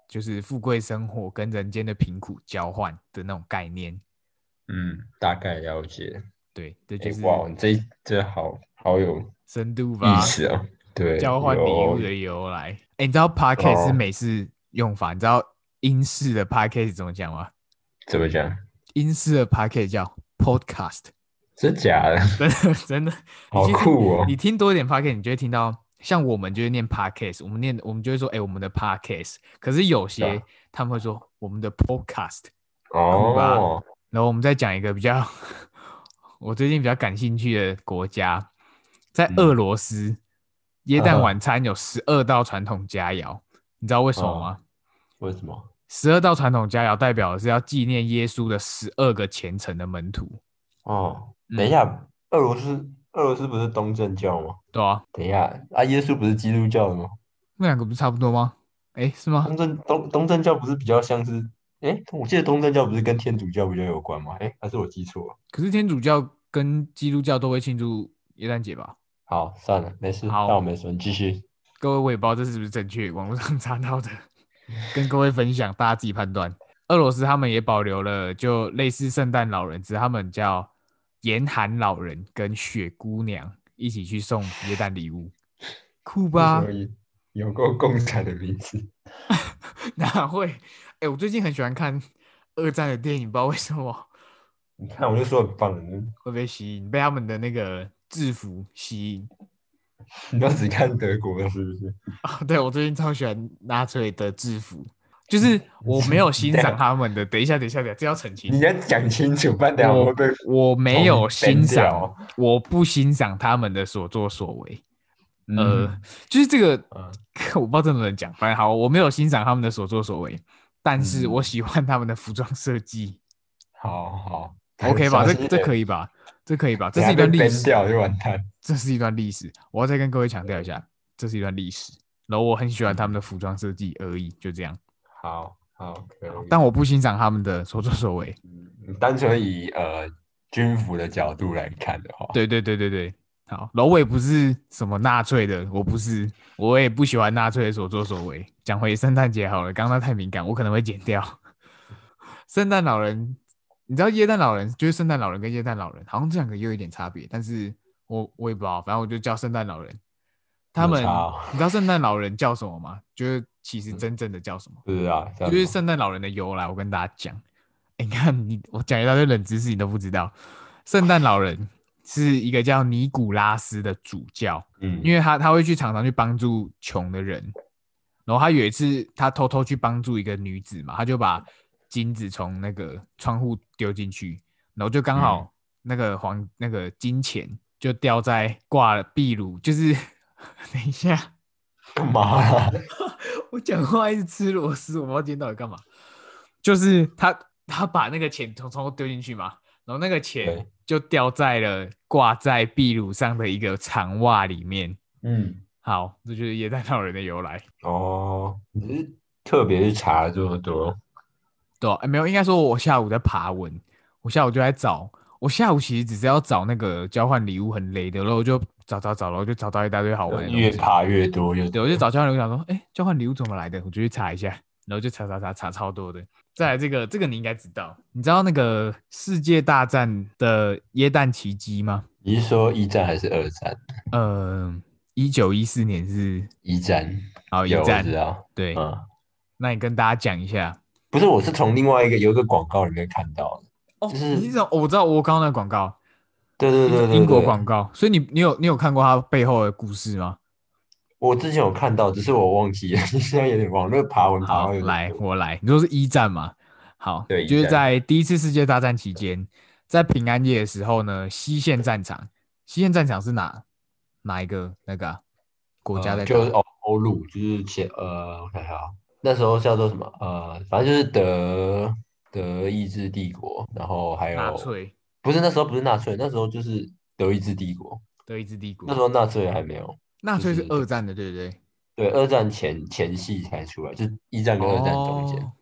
Speaker 2: 就是富贵生活跟人间的贫苦交换的那种概念，
Speaker 1: 嗯，大概了解。
Speaker 2: 对，这
Speaker 1: 哎、
Speaker 2: 就是
Speaker 1: 哇，你这一这好好有
Speaker 2: 深度吧
Speaker 1: 意，思哦。对，
Speaker 2: 交换礼物
Speaker 1: 有
Speaker 2: 的由来。哎、你知
Speaker 1: 哦
Speaker 2: 道 podcast 是美式用法，你知道英式的 podcast 怎么讲吗？
Speaker 1: 怎么讲？
Speaker 2: 英式的 podcast 叫 podcast，
Speaker 1: 真假的？
Speaker 2: 真的真的，你
Speaker 1: 好
Speaker 2: 去听
Speaker 1: 酷哦
Speaker 2: 你听多一点 podcast，你就会听到，像我们就是念 podcast，我们念我们就会说，哎、我们的 podcast，可是有
Speaker 1: 对
Speaker 2: 些
Speaker 1: 啊
Speaker 2: 他们会说我们的 podcast，酷吧
Speaker 1: 哦，
Speaker 2: 然后我们再讲一个比较 我最近比较感兴趣的国家，在
Speaker 1: 嗯
Speaker 2: 俄罗斯，椰蛋晚餐有十二道传统佳肴，你知道为什么
Speaker 1: 哦
Speaker 2: 吗？
Speaker 1: 为什么？
Speaker 2: 十二道传统佳肴代表的是要纪念耶稣的十二个虔诚的门徒，
Speaker 1: 哦，
Speaker 2: 嗯
Speaker 1: 等一下，俄罗斯俄罗斯不是东正教吗？
Speaker 2: 对啊，
Speaker 1: 等一下，啊，耶稣不是基督教的吗？
Speaker 2: 那两个不是差不多吗？哎，是吗？
Speaker 1: 东正东东正教不是比较像是，哎，我记得东正教不是跟天主教比较有关吗？哎，还是我记错了？
Speaker 2: 可是天主教跟基督教都会庆祝耶诞节吧？
Speaker 1: 好，算了，没事，
Speaker 2: 好
Speaker 1: 那我没说，你继续。
Speaker 2: 各位我也不知道这是不是正确，网络上查到的，跟各位分享，大家自己判断。俄罗斯他们也保留了就类似圣诞老人，只是他们叫严寒老人跟雪姑娘一起去送耶诞礼物，酷吧
Speaker 1: 所？以有够共产的名字，
Speaker 2: 哪会？哎、我最近很喜欢看二战的电影，不知道为什么
Speaker 1: 你看我就说很棒，你
Speaker 2: 会被吸引，被他们的那个制服吸引。
Speaker 1: 你都只看德国的，是不是？
Speaker 2: 啊， 对我最近超喜欢纳粹的制服，就是我没有欣赏他们的。等一下，等一下，等一下，这要澄清
Speaker 1: 你。要讲清楚，不然等一下我
Speaker 2: 我
Speaker 1: 会被
Speaker 2: 我没有欣
Speaker 1: 从 ban 掉
Speaker 2: 赏，我不欣赏他们的所作所为。呃
Speaker 1: 嗯，
Speaker 2: 就是这个，
Speaker 1: 嗯
Speaker 2: 我不知道这能不能讲。反正好，我没有欣赏他们的所作所为，但是
Speaker 1: 嗯
Speaker 2: 我喜欢他们的服装设计。
Speaker 1: 好好
Speaker 2: OK 吧，这这可
Speaker 1: 以，
Speaker 2: 以吧，这可以吧，这
Speaker 1: 等
Speaker 2: 是
Speaker 1: 下
Speaker 2: 一段
Speaker 1: 被
Speaker 2: 历
Speaker 1: ban
Speaker 2: 史。
Speaker 1: 掉就完蛋。
Speaker 2: 这是一段历史，我要再跟各位强调一下，这是一段历史。然后我很喜欢他们的服装设计而已，就这样。
Speaker 1: 好好可以，
Speaker 2: 但我不欣赏他们的所作所为。
Speaker 1: 嗯单纯以呃军服的角度来看的话，
Speaker 2: 对对对对对，好。然后我也不是什么纳粹的，我不是，我也不喜欢纳粹的所作所为。讲回圣诞节好了，刚刚那太敏感，我可能会剪掉。 圣诞老人，你知道耶诞老人就是圣诞老人跟耶诞老人，好像这两个也有一点差别，但是我我也不知道，反正我就叫圣诞老人。他
Speaker 1: 没
Speaker 2: 们，
Speaker 1: 差哦嗯
Speaker 2: 你知道圣诞老人叫什么吗？就是其实真正的叫什么？
Speaker 1: 不知道，啊这样
Speaker 2: 就是
Speaker 1: 吗
Speaker 2: 圣诞老人的由来，我跟大家讲。哎、你看你，我讲一大堆冷知识，你都不知道。圣诞老人是一个叫尼古拉斯的主教，
Speaker 1: 嗯，
Speaker 2: 因为他他会去常常去帮助穷的人。然后他有一次，他偷偷去帮助一个女子嘛，他就把金子从那个窗户丢进去，然后就刚好那个黄、那个金钱就掉在挂了壁炉，就是 等一下，
Speaker 1: 干嘛啊啦？
Speaker 2: 我讲话一直吃螺丝，我不知道今天到底干嘛。就是他他把那个钱从从头丢进去嘛，然后那个钱
Speaker 1: 对
Speaker 2: 就掉在了挂在壁炉上的一个长袜里面。
Speaker 1: 嗯，
Speaker 2: 好，这就是椰蛋老人的由来。
Speaker 1: 哦，你是特别去查这么多，
Speaker 2: 对啊、诶没有，应该说我下午在爬文，我下午就在找，我下午其实只是要找那个交换礼物很雷的，然后我就找找找，然后就找到一大堆好玩的东西。
Speaker 1: 越爬越多，越
Speaker 2: 对，我就找交换礼物，想说，哎、交换礼物怎么来的？我就去查一下，然后就查查查查超多的。再来这个，这个你应该知道，你知道那个世界大战的耶诞奇迹吗？
Speaker 1: 你是说一战还是二战？
Speaker 2: 呃，一九一四年是
Speaker 1: 一战，
Speaker 2: 哦，一
Speaker 1: 有我
Speaker 2: 战
Speaker 1: 知道，
Speaker 2: 对。
Speaker 1: 嗯，
Speaker 2: 那你跟大家讲一下
Speaker 1: 不是，我是从另外一个有一个广告里面看到的，
Speaker 2: 哦，
Speaker 1: 就是嗯
Speaker 2: 你是哦我知道我刚刚那个广告，
Speaker 1: 对对对对对，
Speaker 2: 英国广告，所以你你有你有看过它背后的故事吗？
Speaker 1: 我之前有看到，只是我忘记了， 你现在有点网络爬文爬
Speaker 2: 好，
Speaker 1: 到有点
Speaker 2: 来
Speaker 1: 多
Speaker 2: 我来，你说是一战嘛？好，
Speaker 1: 对
Speaker 2: 就是
Speaker 1: 一战
Speaker 2: 在第一次世界大战期间，在平安夜的时候呢，西线战场，西线战场是哪哪一个那个啊、国家
Speaker 1: 呃
Speaker 2: 在打？
Speaker 1: 就是欧欧陆，就是前呃，我看看啊，那时候叫做什么呃，反正就是德德意志帝国，然后还有
Speaker 2: 纳粹
Speaker 1: 不是那时候不是纳粹，那时候就是德意志帝国，
Speaker 2: 德意志帝
Speaker 1: 那时
Speaker 2: 国，
Speaker 1: 候纳粹还没有，
Speaker 2: 纳粹是
Speaker 1: 就是
Speaker 2: 二战的，对不对？
Speaker 1: 对，二战前前戏才出来，就是一战跟二战中间，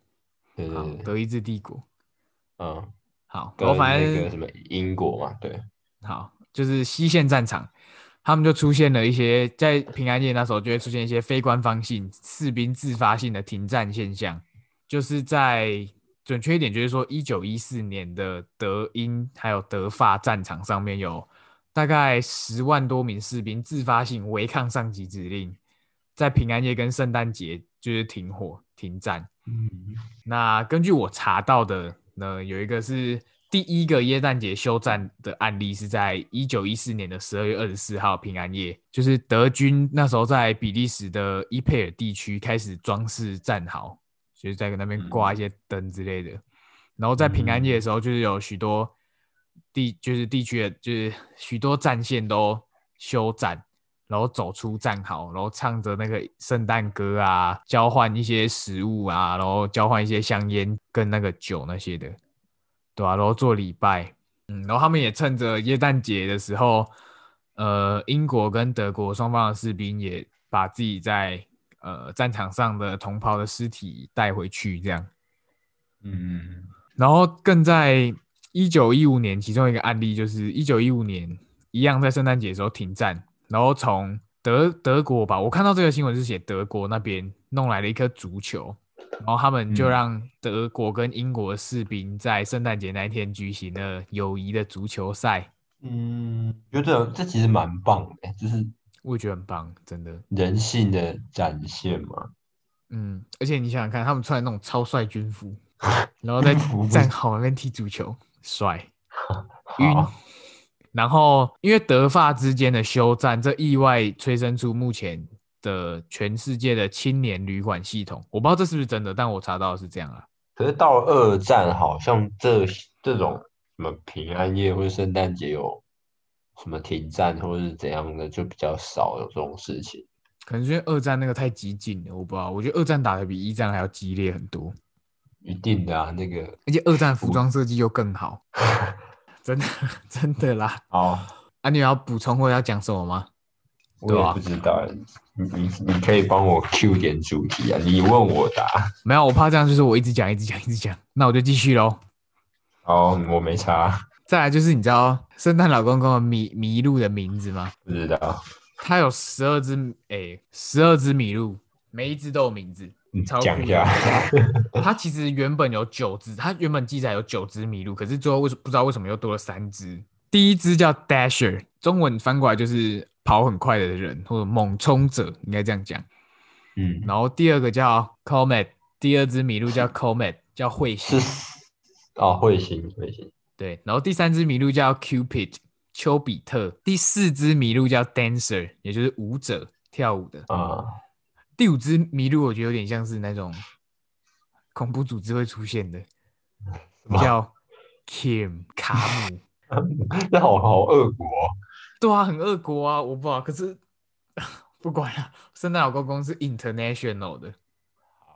Speaker 1: 对
Speaker 2: 哦，好
Speaker 1: 对对，
Speaker 2: 德意志帝国。
Speaker 1: 嗯，
Speaker 2: 好，
Speaker 1: 跟
Speaker 2: 我反
Speaker 1: 那
Speaker 2: 正
Speaker 1: 个什么英国嘛，对，
Speaker 2: 好，就是西线战场，他们就出现了一些在平安夜那时候就会出现一些非官方性士兵自发性的停战现象，就是在准确一点就是说，一九一四年的德英还有德法战场上面有大概十万多名士兵自发性违抗上级指令，在平安夜跟圣诞节就是停火停战。
Speaker 1: 嗯，
Speaker 2: 那根据我查到的呢，有一个是第一个耶诞节休战的案例是在一九一四年的十二月二十四号平安夜，就是德军那时候在比利时的伊佩尔地区开始装饰战壕，就是在那边挂一些灯之类的。然后在平安夜的时候，就是有许多地，就是地区的，就是许多战线都休战，然后走出战壕，然后唱着那个圣诞歌啊，交换一些食物啊，然后交换一些香烟跟那个酒那些的，对啊，然后做礼拜，嗯，然后他们也趁着耶诞节的时候，呃，英国跟德国双方的士兵也把自己在呃战场上的同袍的尸体带回去，这样。
Speaker 1: 嗯，
Speaker 2: 然后更在一九一五年，其中一个案例就是一九一五年一样在圣诞节的时候停战，然后从德德国吧，我看到这个新闻是写德国那边弄来了一颗足球，然后他们就
Speaker 1: 嗯
Speaker 2: 让德国跟英国的士兵在圣诞节那一天举行了友谊的足球赛，
Speaker 1: 嗯，觉得这其实蛮棒的，就是
Speaker 2: 我也觉得很棒，真的。
Speaker 1: 人性的展现嘛。
Speaker 2: 嗯，而且你想想看，他们穿的那种超帅军 服，然后在
Speaker 1: 军服不
Speaker 2: 战
Speaker 1: 是
Speaker 2: 壕那边踢足球，帅。晕
Speaker 1: 好，。
Speaker 2: 然后，因为德法之间的休战，这意外催生出目前的全世界的青年旅馆系统。我不知道这是不是真的，但我查到的是这样啊。
Speaker 1: 可是到了二战，好像这这种什么平安夜或者圣诞节有什么停战或者是怎样的，就比较少有这种事情。
Speaker 2: 可能是因为二战那个太激进了，我不知道。我觉得二战打的比一战还要激烈很多，
Speaker 1: 一定的啊，那个
Speaker 2: 而且二战服装设计又更 好，真的 真的啦。
Speaker 1: 哦，
Speaker 2: 啊，你有要补充或要讲什么吗？
Speaker 1: 我
Speaker 2: 啊
Speaker 1: 也不知道，你你你可以帮我 Q 点主题啊，你问我答。
Speaker 2: 没有，我怕这样就是我一直讲一直讲一直讲，那我就继续喽。
Speaker 1: 哦，我没查，
Speaker 2: 再来就是你知道圣诞老公公的麋麋鹿的名字吗？
Speaker 1: 不知道。
Speaker 2: 它有十二只，诶、十二只麋鹿，每一只都有名字。
Speaker 1: 你
Speaker 2: 超酷
Speaker 1: 讲一下，
Speaker 2: 它其实原本有九只，它原本记载有九只麋鹿，可是最后为什不知道为什么又多了三只？第一只叫 Dasher，中文翻过来就是跑很快的人或者猛冲者，应该这样讲。
Speaker 1: 嗯，
Speaker 2: 然后第二个叫 Comet，第二只麋鹿叫 Comet，叫彗星
Speaker 1: 是。哦，彗星，彗星，
Speaker 2: 对，然后第三只麋鹿叫 Cupid，丘比特。第四只麋鹿叫 Dancer，也就是舞者，跳舞的。
Speaker 1: 啊，
Speaker 2: 第五只麋鹿，我觉得有点像是那种恐怖组织会出现的，
Speaker 1: 么
Speaker 2: 叫 Kim 卡姆。
Speaker 1: 那好好恶果哦。
Speaker 2: 对啊，很恶国啊，我不好，可是不管了、圣诞老公公是 international 的。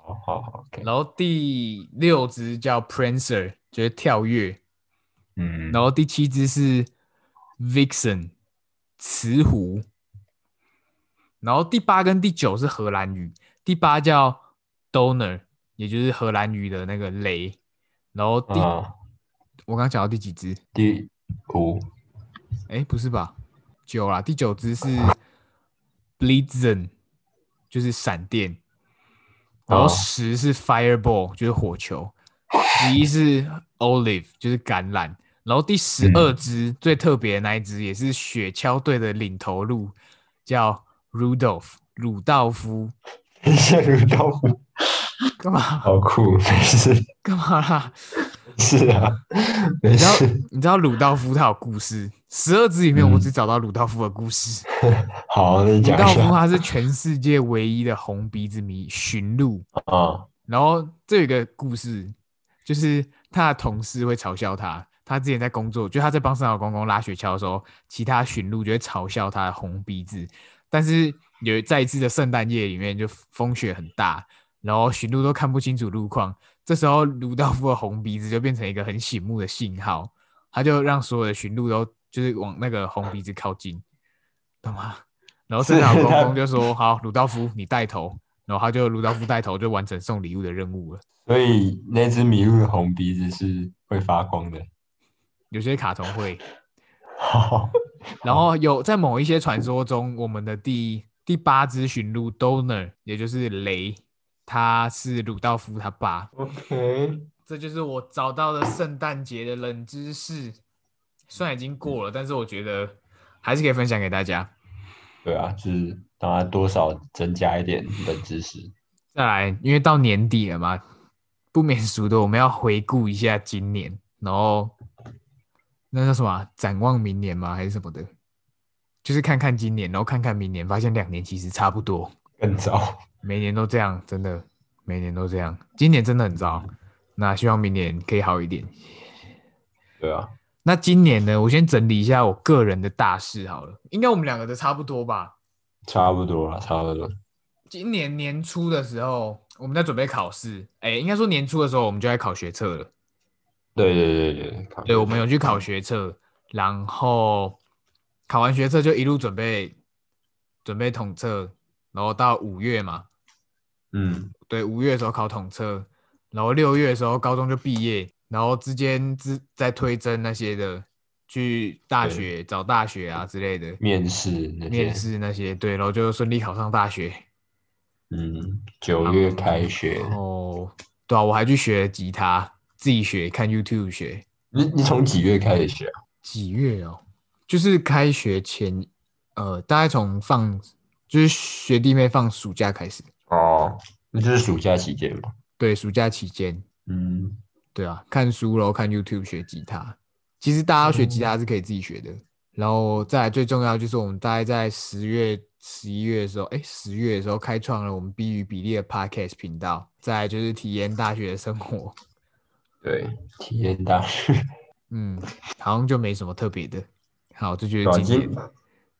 Speaker 1: 好好好，OK，
Speaker 2: 然后第六只叫 Prancer，就是跳跃。
Speaker 1: 嗯，
Speaker 2: 然后第七只是 Vixen 雌狐，然后第八跟第九是荷兰鱼，第八叫 Donor，也就是荷兰鱼的那个雷，然后第、
Speaker 1: 啊，
Speaker 2: 我刚刚讲到第几只？
Speaker 1: 第五
Speaker 2: 哎，不是吧？九啦，第九只是 Blitzen，就是闪电，然后
Speaker 1: 哦
Speaker 2: 十是 Fireball，就是火球，十一是 Olive，就是橄榄，然后第十二只、最特别的那一只也是雪橇队的领头鹿，叫 Rudolph 鲁道夫，
Speaker 1: 下如刀夫，
Speaker 2: 干嘛
Speaker 1: 好酷，没事，
Speaker 2: 干嘛啦？
Speaker 1: 是啊，没
Speaker 2: 你知 道
Speaker 1: 事，
Speaker 2: 你知道鲁道夫他有故事，十二只里面我只找到鲁道夫的故事。
Speaker 1: 好，你
Speaker 2: 鲁
Speaker 1: 讲
Speaker 2: 道
Speaker 1: 一
Speaker 2: 夫
Speaker 1: 下
Speaker 2: 他是全世界唯一的红鼻子迷驯鹿，
Speaker 1: 啊，
Speaker 2: 然后这有一个故事，就是他的同事会嘲笑他。他之前在工作，就他在帮三好公公拉雪橇的时候，其他驯鹿就会嘲笑他的红鼻子。但是有在一次的圣诞夜里面，就风雪很大，然后驯鹿都看不清楚路况。这时候，鲁道夫的红鼻子就变成一个很醒目的信号，他就让所有的驯鹿都就是往那个红鼻子靠近，懂吗？然后
Speaker 1: 是
Speaker 2: 圣诞老公
Speaker 1: 他
Speaker 2: 公就说：“好，鲁道夫，你带头。”然后他就鲁道夫带头就完成送礼物的任务了。
Speaker 1: 所以那只麋鹿的红鼻子是会发光的，
Speaker 2: 有些卡通会，
Speaker 1: 好，
Speaker 2: 然后有在某一些传说中，我们的第第八只驯鹿 Donor，也就是雷，他是鲁道夫他爸。
Speaker 1: OK，
Speaker 2: 这就是我找到的圣诞节的冷知识，虽然已经过了，但是我觉得还是可以分享给大家。
Speaker 1: 对啊，就是让它多少增加一点冷知识。
Speaker 2: 再来，因为到年底了嘛，不免俗的，我们要回顾一下今年，然后那叫什么啊、展望明年吗？还是什么的？就是看看今年，然后看看明年，发现两年其实差不多，
Speaker 1: 更糟，
Speaker 2: 每年都这样，真的，每年都这样。今年真的很糟，那希望明年可以好一点。
Speaker 1: 对啊，
Speaker 2: 那今年呢，我先整理一下我个人的大事好了，应该我们两个的差不多吧。
Speaker 1: 差不多了，差不多。
Speaker 2: 今年年初的时候，我们在准备考试，哎、应该说年初的时候我们就在考学测了。
Speaker 1: 对对对对对，
Speaker 2: 对，我们有去考学测，然后考完学测就一路准备准备统测，然后到五月嘛，
Speaker 1: 嗯，
Speaker 2: 对，五月的时候考统测，然后六月的时候高中就毕业，然后之间之在推甄那些的，去大
Speaker 1: 对
Speaker 2: 学找大学啊之类的，
Speaker 1: 面试那
Speaker 2: 面
Speaker 1: 些，
Speaker 2: 试那些，对，然后就顺利考上大学。
Speaker 1: 嗯，九月开学，
Speaker 2: 哦，对啊，我还去学吉他，自己学，看 YouTube 学。
Speaker 1: 你你从几月开始学啊？
Speaker 2: 几月哦？就是开学前，呃，大概从放就是学弟妹放暑假开始，
Speaker 1: 哦，那就是暑假期间嘛。
Speaker 2: 对，暑假期间，
Speaker 1: 嗯，
Speaker 2: 对啊，看书喽，看 YouTube 学吉他。其实大家要学吉他是可以自己学的，然后再来最重要就是我们大概在十月、十一月的时候，哎，十月的时候开创了我们 B 与比利的 Podcast 频道，再来就是体验大学的生活，
Speaker 1: 对，体验大学。
Speaker 2: 嗯，好像就没什么特别的。好，这就
Speaker 1: 对啊
Speaker 2: 是今
Speaker 1: 今
Speaker 2: 年，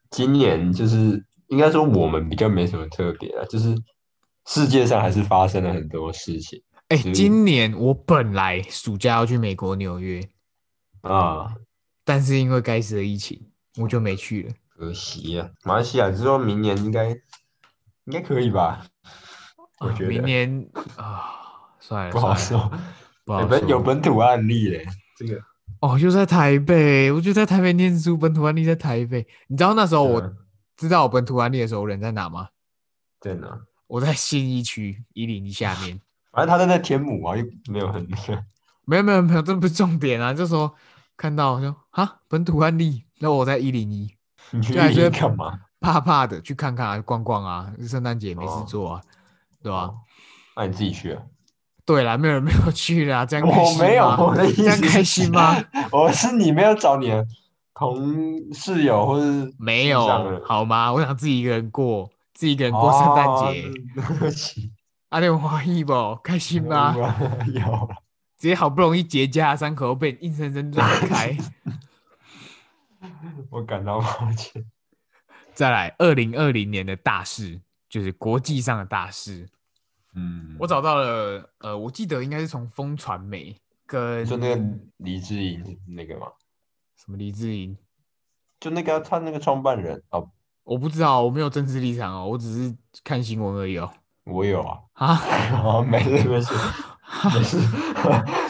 Speaker 1: 今年就是应该说我们比较没什么特别的，就是世界上还是发生了很多事情
Speaker 2: 哎，
Speaker 1: 是
Speaker 2: 今年我本来暑假要去美国纽约，
Speaker 1: 啊，
Speaker 2: 但是因为该死的疫情，我就没去了。
Speaker 1: 可惜啊。马来西亚之后明年应该应该可以吧？我
Speaker 2: 啊
Speaker 1: 觉
Speaker 2: 明
Speaker 1: 得
Speaker 2: 年啊，算了，
Speaker 1: 不好
Speaker 2: 算了，
Speaker 1: 说。
Speaker 2: 不
Speaker 1: 有
Speaker 2: 好
Speaker 1: 本有
Speaker 2: 说。
Speaker 1: 本土案例嘞，这个
Speaker 2: 哦，就在台北，我就在台北念书，本土案例在台北。你知道那时候我
Speaker 1: 嗯
Speaker 2: 知道我本土案例的时候，我人在哪吗？
Speaker 1: 在哪？
Speaker 2: 我在信义区一零一下面。
Speaker 1: 反正他在那天母啊，又没有很
Speaker 2: 没有没有没有，这不是重点啊，就说看到我就啊本土案例，那我在一零一，
Speaker 1: 你去
Speaker 2: 对啊就是
Speaker 1: 干嘛？
Speaker 2: 怕怕的去看看啊，逛逛啊，圣诞节没事
Speaker 1: 哦
Speaker 2: 做啊，对吧、
Speaker 1: 哦那你自己去啊。
Speaker 2: 对啦，没有人没有去啦， 这样开
Speaker 1: 我
Speaker 2: 心
Speaker 1: 哦没有
Speaker 2: 吗
Speaker 1: 我的 意
Speaker 2: 这样
Speaker 1: 思
Speaker 2: 开
Speaker 1: 是
Speaker 2: 心吗？
Speaker 1: 我是你没有找你的同室友或是
Speaker 2: 没
Speaker 1: 系上的
Speaker 2: 有
Speaker 1: 人，
Speaker 2: 好吗？我想自己一个人过，自己一个人过圣诞节，啊
Speaker 1: 哦对不起，
Speaker 2: 阿点华裔不开心吗？
Speaker 1: 有啊
Speaker 2: 直接好不容易结痂的伤口被你硬生生拉 开。
Speaker 1: 我感到抱歉。
Speaker 2: 再来，二零二零年的大事就是国际上的大事，
Speaker 1: 嗯
Speaker 2: 我找到了，呃，我记得应该是从风传媒跟
Speaker 1: 就那个黎智英那个嘛，
Speaker 2: 什么黎智英，
Speaker 1: 就那个啊他那个创办人哦，
Speaker 2: 我不知道，我没有政治立场哦，我只是看新闻而已哦。
Speaker 1: 我有啊，
Speaker 2: 啊，
Speaker 1: 哦，没事没事没事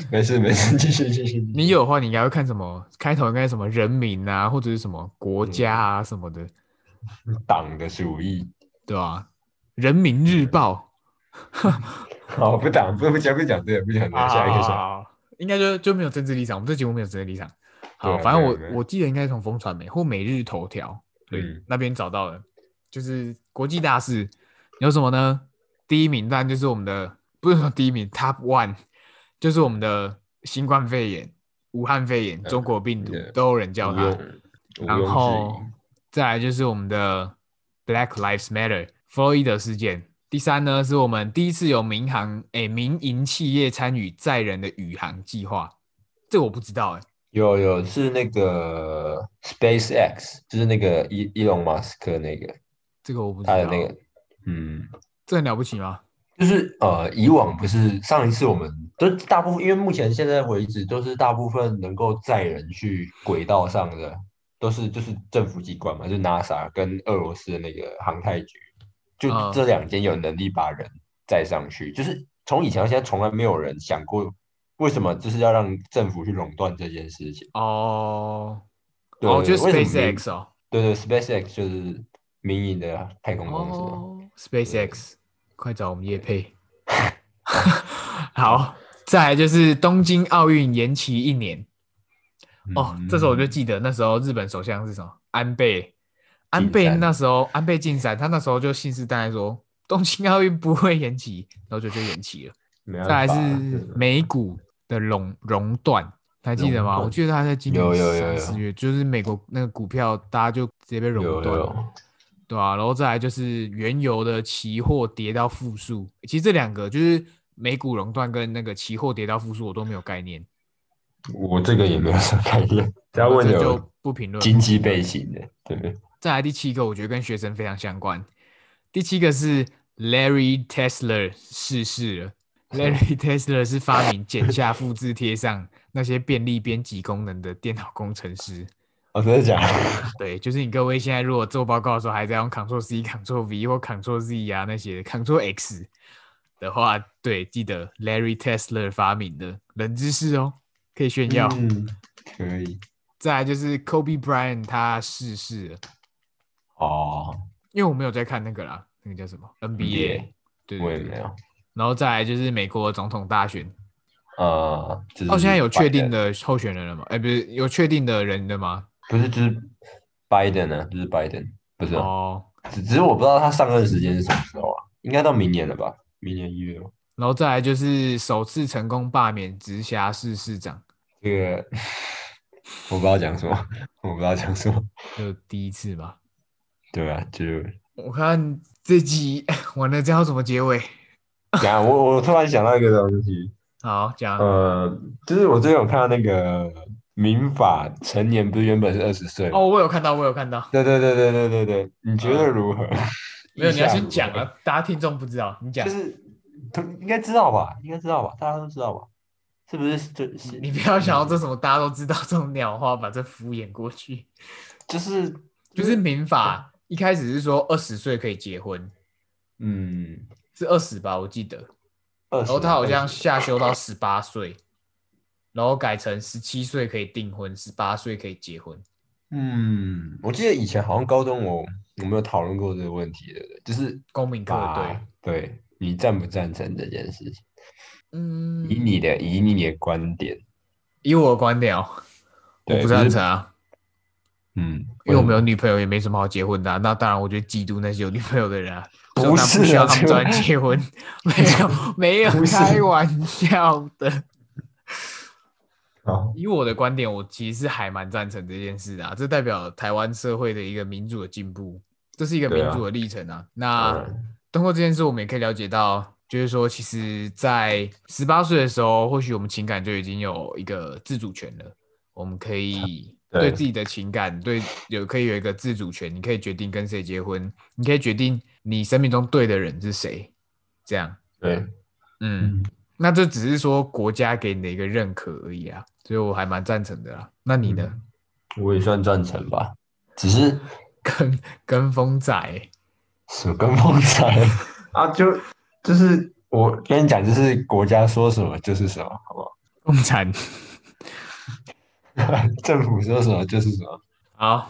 Speaker 1: 没事没事，继续继续。继续
Speaker 2: 你有的话，你应该会看什么？开头应该什么人民啊，或者是什么国家啊什么的，
Speaker 1: 党的主义？
Speaker 2: 对吧、人民日报，
Speaker 1: 好，不党不不讲不讲这个，不讲这个，下一个下一个。
Speaker 2: 啊，应该就就没有政治立场，我们这节目没有政治立场。
Speaker 1: 对
Speaker 2: 好，
Speaker 1: 啊
Speaker 2: 反正
Speaker 1: 对啊
Speaker 2: 我
Speaker 1: 对啊
Speaker 2: 我记得应该是从风传媒或每日头条，对，
Speaker 1: 嗯
Speaker 2: 那边找到了，就是国际大事有什么呢？第一名当然就是我们的，不是说第一名，Top One 就是我们的新冠肺炎、武汉肺炎、中国病毒，
Speaker 1: 呃对
Speaker 2: 都有人叫
Speaker 1: 毋
Speaker 2: 它。
Speaker 1: 庸毋
Speaker 2: 然后
Speaker 1: 庸置
Speaker 2: 再来就是我们的 Black Lives Matter 弗洛伊德事件。第三呢，是我们第一次有民航诶、民营企业参与载人的宇航计划，这我不知道诶、
Speaker 1: 疑有有是那个 SpaceX，就是那个伊伊隆马斯克那个
Speaker 2: 这个我不知
Speaker 1: 他
Speaker 2: 道，
Speaker 1: 的那个，嗯，
Speaker 2: 这很了不起吗？
Speaker 1: 就是呃，以往不是上一次我们都大部分，因为目前现在为止都是大部分能够载人去轨道上的，都是就是政府机关嘛，就是 NASA 跟俄罗斯的那个航太局，就
Speaker 2: 嗯
Speaker 1: 这两间有能力把人载上去。就是从以前到现在，从来没有人想过为什么就是要让政府去垄断这件事情。
Speaker 2: 哦，
Speaker 1: 对，
Speaker 2: 哦，就是
Speaker 1: 为什么民
Speaker 2: SpaceX 哦，
Speaker 1: 对对，SpaceX 就是民营的太空公司嘛。
Speaker 2: 哦，SpaceX，快找我们叶配。 好，再来就是东京奥运延期一年，哦，这时候我就
Speaker 1: 嗯
Speaker 2: 记得那时候日本首相是什么安倍，安
Speaker 1: 晋
Speaker 2: 倍
Speaker 1: 三
Speaker 2: 那时候安倍晋三，他那时候就信誓旦旦说东京奥运不会延期，然后就就延期了。
Speaker 1: 没
Speaker 2: 再来
Speaker 1: 办法
Speaker 2: 是
Speaker 1: 真的
Speaker 2: 美股的熔熔断，还记得
Speaker 1: 熔
Speaker 2: 吗？
Speaker 1: 断
Speaker 2: 我记得他在今年
Speaker 1: 有有有
Speaker 2: 三
Speaker 1: 有
Speaker 2: 四月，就是美国那个股票大家就直接被熔
Speaker 1: 有
Speaker 2: 断，
Speaker 1: 有
Speaker 2: 对啊，然后再来就是原油的期货跌到负数，其实这两个就是美股熔断跟那个期货跌到负数，我都没有概念，
Speaker 1: 我这个也没有什么概 念，只要问
Speaker 2: 这就
Speaker 1: 有
Speaker 2: 不评论。
Speaker 1: 经济背景的，对不对？
Speaker 2: 再来第七个，我觉得跟学生非常相关。第七个是 Larry Tesla 逝世了。Larry Tesla 是发明剪下、复制、贴上那些便利编辑功能的电脑工程师。
Speaker 1: 哦，真的假的？
Speaker 2: 对，就是你各位现在如果做报告的时候还在用 Ctrl C、Ctrl V 或 Ctrl Z 啊那些 Ctrl X 的话，对，记得 Larry Tesla 发明的冷知识哦，可以炫耀。
Speaker 1: 嗯，可以
Speaker 2: 再来就是 Kobe Bryant 他逝世了。
Speaker 1: 哦，
Speaker 2: 因为我没有在看那个啦，那个叫什么 NBA，
Speaker 1: NBA
Speaker 2: 对
Speaker 1: 嗯我也
Speaker 2: 对对
Speaker 1: 没有。
Speaker 2: 然后再来就是美国总统大选，
Speaker 1: 呃，就是
Speaker 2: 哦，现在有确定
Speaker 1: Biden，
Speaker 2: 的候选人了吗？哎，不是有确定的人的吗？
Speaker 1: 不是就是 Biden 呢？就是 Biden，不是啊，
Speaker 2: 哦，
Speaker 1: 只只是我不知道他上任时间是什么时候啊？应该到明年了吧？明年一月哦。
Speaker 2: 然后再来就是首次成功罢免直辖市市长，
Speaker 1: 这个 我不知道讲什么， 我不知道讲什么。
Speaker 2: 就第一次吧。
Speaker 1: 对啊，就是
Speaker 2: 我看这集 完了，这要怎么结尾？
Speaker 1: 等一下我我突然想到一个东西，
Speaker 2: 好，讲、
Speaker 1: 呃，就是我最近有看到那个民法成年不是原本是二十岁吗？
Speaker 2: 哦，我有看到，我有看到，
Speaker 1: 对对对对对对对，你觉得如何？
Speaker 2: 没有，你要
Speaker 1: 意下
Speaker 2: 先
Speaker 1: 如
Speaker 2: 讲
Speaker 1: 何，
Speaker 2: 啊，大家听众不知道，你讲
Speaker 1: 就，是都应该知道吧？应该知道吧？大家都知道吧？是不是？就是
Speaker 2: 你不要想要这什么大家都知道这种鸟话，把这敷衍过去。
Speaker 1: 就是哦
Speaker 2: 就是民法一开始是说二十岁可以结婚，
Speaker 1: 嗯，
Speaker 2: 是二十吧，我记得。
Speaker 1: 二
Speaker 2: 然
Speaker 1: 十，
Speaker 2: 后他好像
Speaker 1: 20
Speaker 2: 下修到十八岁，然后改成十七岁可以订婚，十八岁可以结婚。
Speaker 1: 嗯，我记得以前好像高中我我们有讨论过这个问题，对不对？就是
Speaker 2: 公民课对
Speaker 1: 把，对你赞不赞成这件事情？
Speaker 2: 嗯，
Speaker 1: 以你的以你的观点，
Speaker 2: 以我的观点哦，我
Speaker 1: 对
Speaker 2: 不
Speaker 1: 就
Speaker 2: 赞
Speaker 1: 是
Speaker 2: 成啊，
Speaker 1: 嗯，
Speaker 2: 因为我没
Speaker 1: 有
Speaker 2: 有女朋友，也没什么好结婚的啊、那当然，我就嫉妒那些有女朋友的人啊，
Speaker 1: 不
Speaker 2: 所以我当然
Speaker 1: 是
Speaker 2: 不需要
Speaker 1: 啊
Speaker 2: 他们
Speaker 1: 这
Speaker 2: 早
Speaker 1: 个
Speaker 2: 点结 婚，没有没有
Speaker 1: 不是
Speaker 2: 开玩笑的。
Speaker 1: 好，
Speaker 2: 以我的观点，我其实是还蛮赞成这件事的啊，这代表台湾社会的一个民主的进步，这是一个
Speaker 1: 对
Speaker 2: 民
Speaker 1: 啊
Speaker 2: 主的历程啊。
Speaker 1: 当
Speaker 2: 那
Speaker 1: 然
Speaker 2: 通过这件事，我们也可以了解到，就是说，其实，在十八岁的时候，或许我们情感就已经有一个自主权了，我们可以
Speaker 1: 对
Speaker 2: 对自己的情感，对有可以有一个自主权，你可以决定跟谁结婚，你可以决定你生命中对的人是谁，这样，
Speaker 1: 对，
Speaker 2: 嗯
Speaker 1: 嗯，
Speaker 2: 那这只是说国家给你的一个认可而已啊，所以我还蛮赞成的啦。那你呢？
Speaker 1: 嗯我也算赞成吧，只是
Speaker 2: 跟跟风仔欸、
Speaker 1: 什么跟风仔 啊，就就是我跟你讲，就是国家说什么就是什么，好不
Speaker 2: 共 产。
Speaker 1: 好？ 政府说什么就是什么。
Speaker 2: 好，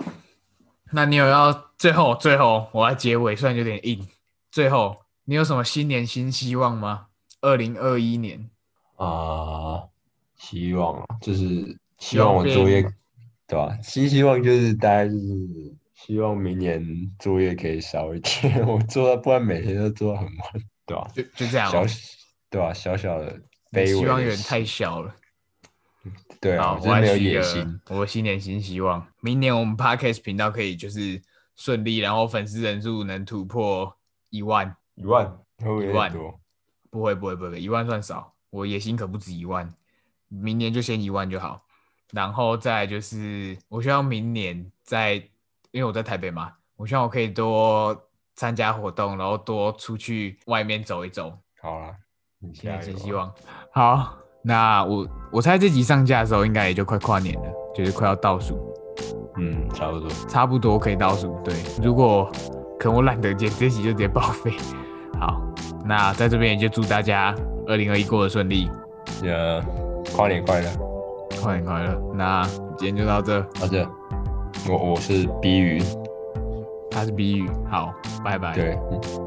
Speaker 2: 那你有要最后最后我要结尾，虽然有点硬。最后，你有什么新年新希望吗？二零二一年，
Speaker 1: 啊、希望啊，就是希望我作业，对吧、新希望就是大概就是希望明年作业可以少一点， 我做到不然每天都做到很晚，对吧、
Speaker 2: 就就这样哦、
Speaker 1: 小对吧、小小的
Speaker 2: 你
Speaker 1: 卑微的，
Speaker 2: 希望有点太小了。
Speaker 1: 对啊，
Speaker 2: 好，
Speaker 1: 我
Speaker 2: 我
Speaker 1: 就是
Speaker 2: 还
Speaker 1: 没有
Speaker 2: 是一
Speaker 1: 野
Speaker 2: 个
Speaker 1: 心，
Speaker 2: 我新年新希望，明年我们 podcast 频道可以就是顺利，然后粉丝人数能突破一万，
Speaker 1: 一万会不会有
Speaker 2: 一万
Speaker 1: 点多？
Speaker 2: 不会不会不会，一万算少，我野心可不止一万，明年就先一万就好。然后再来就是，我希望明年在，因为我在台北嘛，我希望我可以多参加活动，然后多出去外面走一走，
Speaker 1: 好啦，你
Speaker 2: 新
Speaker 1: 加
Speaker 2: 年
Speaker 1: 油
Speaker 2: 新
Speaker 1: 啊！
Speaker 2: 希望。好，那我我猜这集上架的时候，应该也就快跨年了，就是快要倒数。
Speaker 1: 嗯，差不多。
Speaker 2: 差不多可以倒数。对，如果可能我懒得剪这集就直接报废。好，那在这边也就祝大家二零二一过得顺利，
Speaker 1: 呃，跨年快乐！
Speaker 2: 快年快乐。那今天就到这，
Speaker 1: 啊，这我我是 B 鱼，
Speaker 2: 他是比喻，好，拜拜。，
Speaker 1: 对，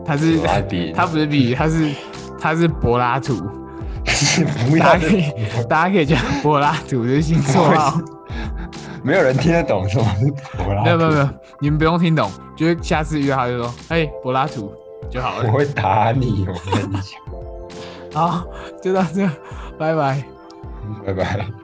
Speaker 2: 他是
Speaker 1: 我爱比
Speaker 2: 他不是比喻，他是他是柏拉 图，
Speaker 1: 不
Speaker 2: 大
Speaker 1: 要
Speaker 2: 家可以 大家可以叫柏拉图的星座号。
Speaker 1: 没有人听得懂什么是柏拉
Speaker 2: 没有没有没
Speaker 1: 图，
Speaker 2: 有，你们不用听懂，就是下次约他就说，哎，柏拉图就好
Speaker 1: 我
Speaker 2: 了。
Speaker 1: 会打你，我跟你讲，
Speaker 2: 好，就到这，拜拜。
Speaker 1: 拜拜。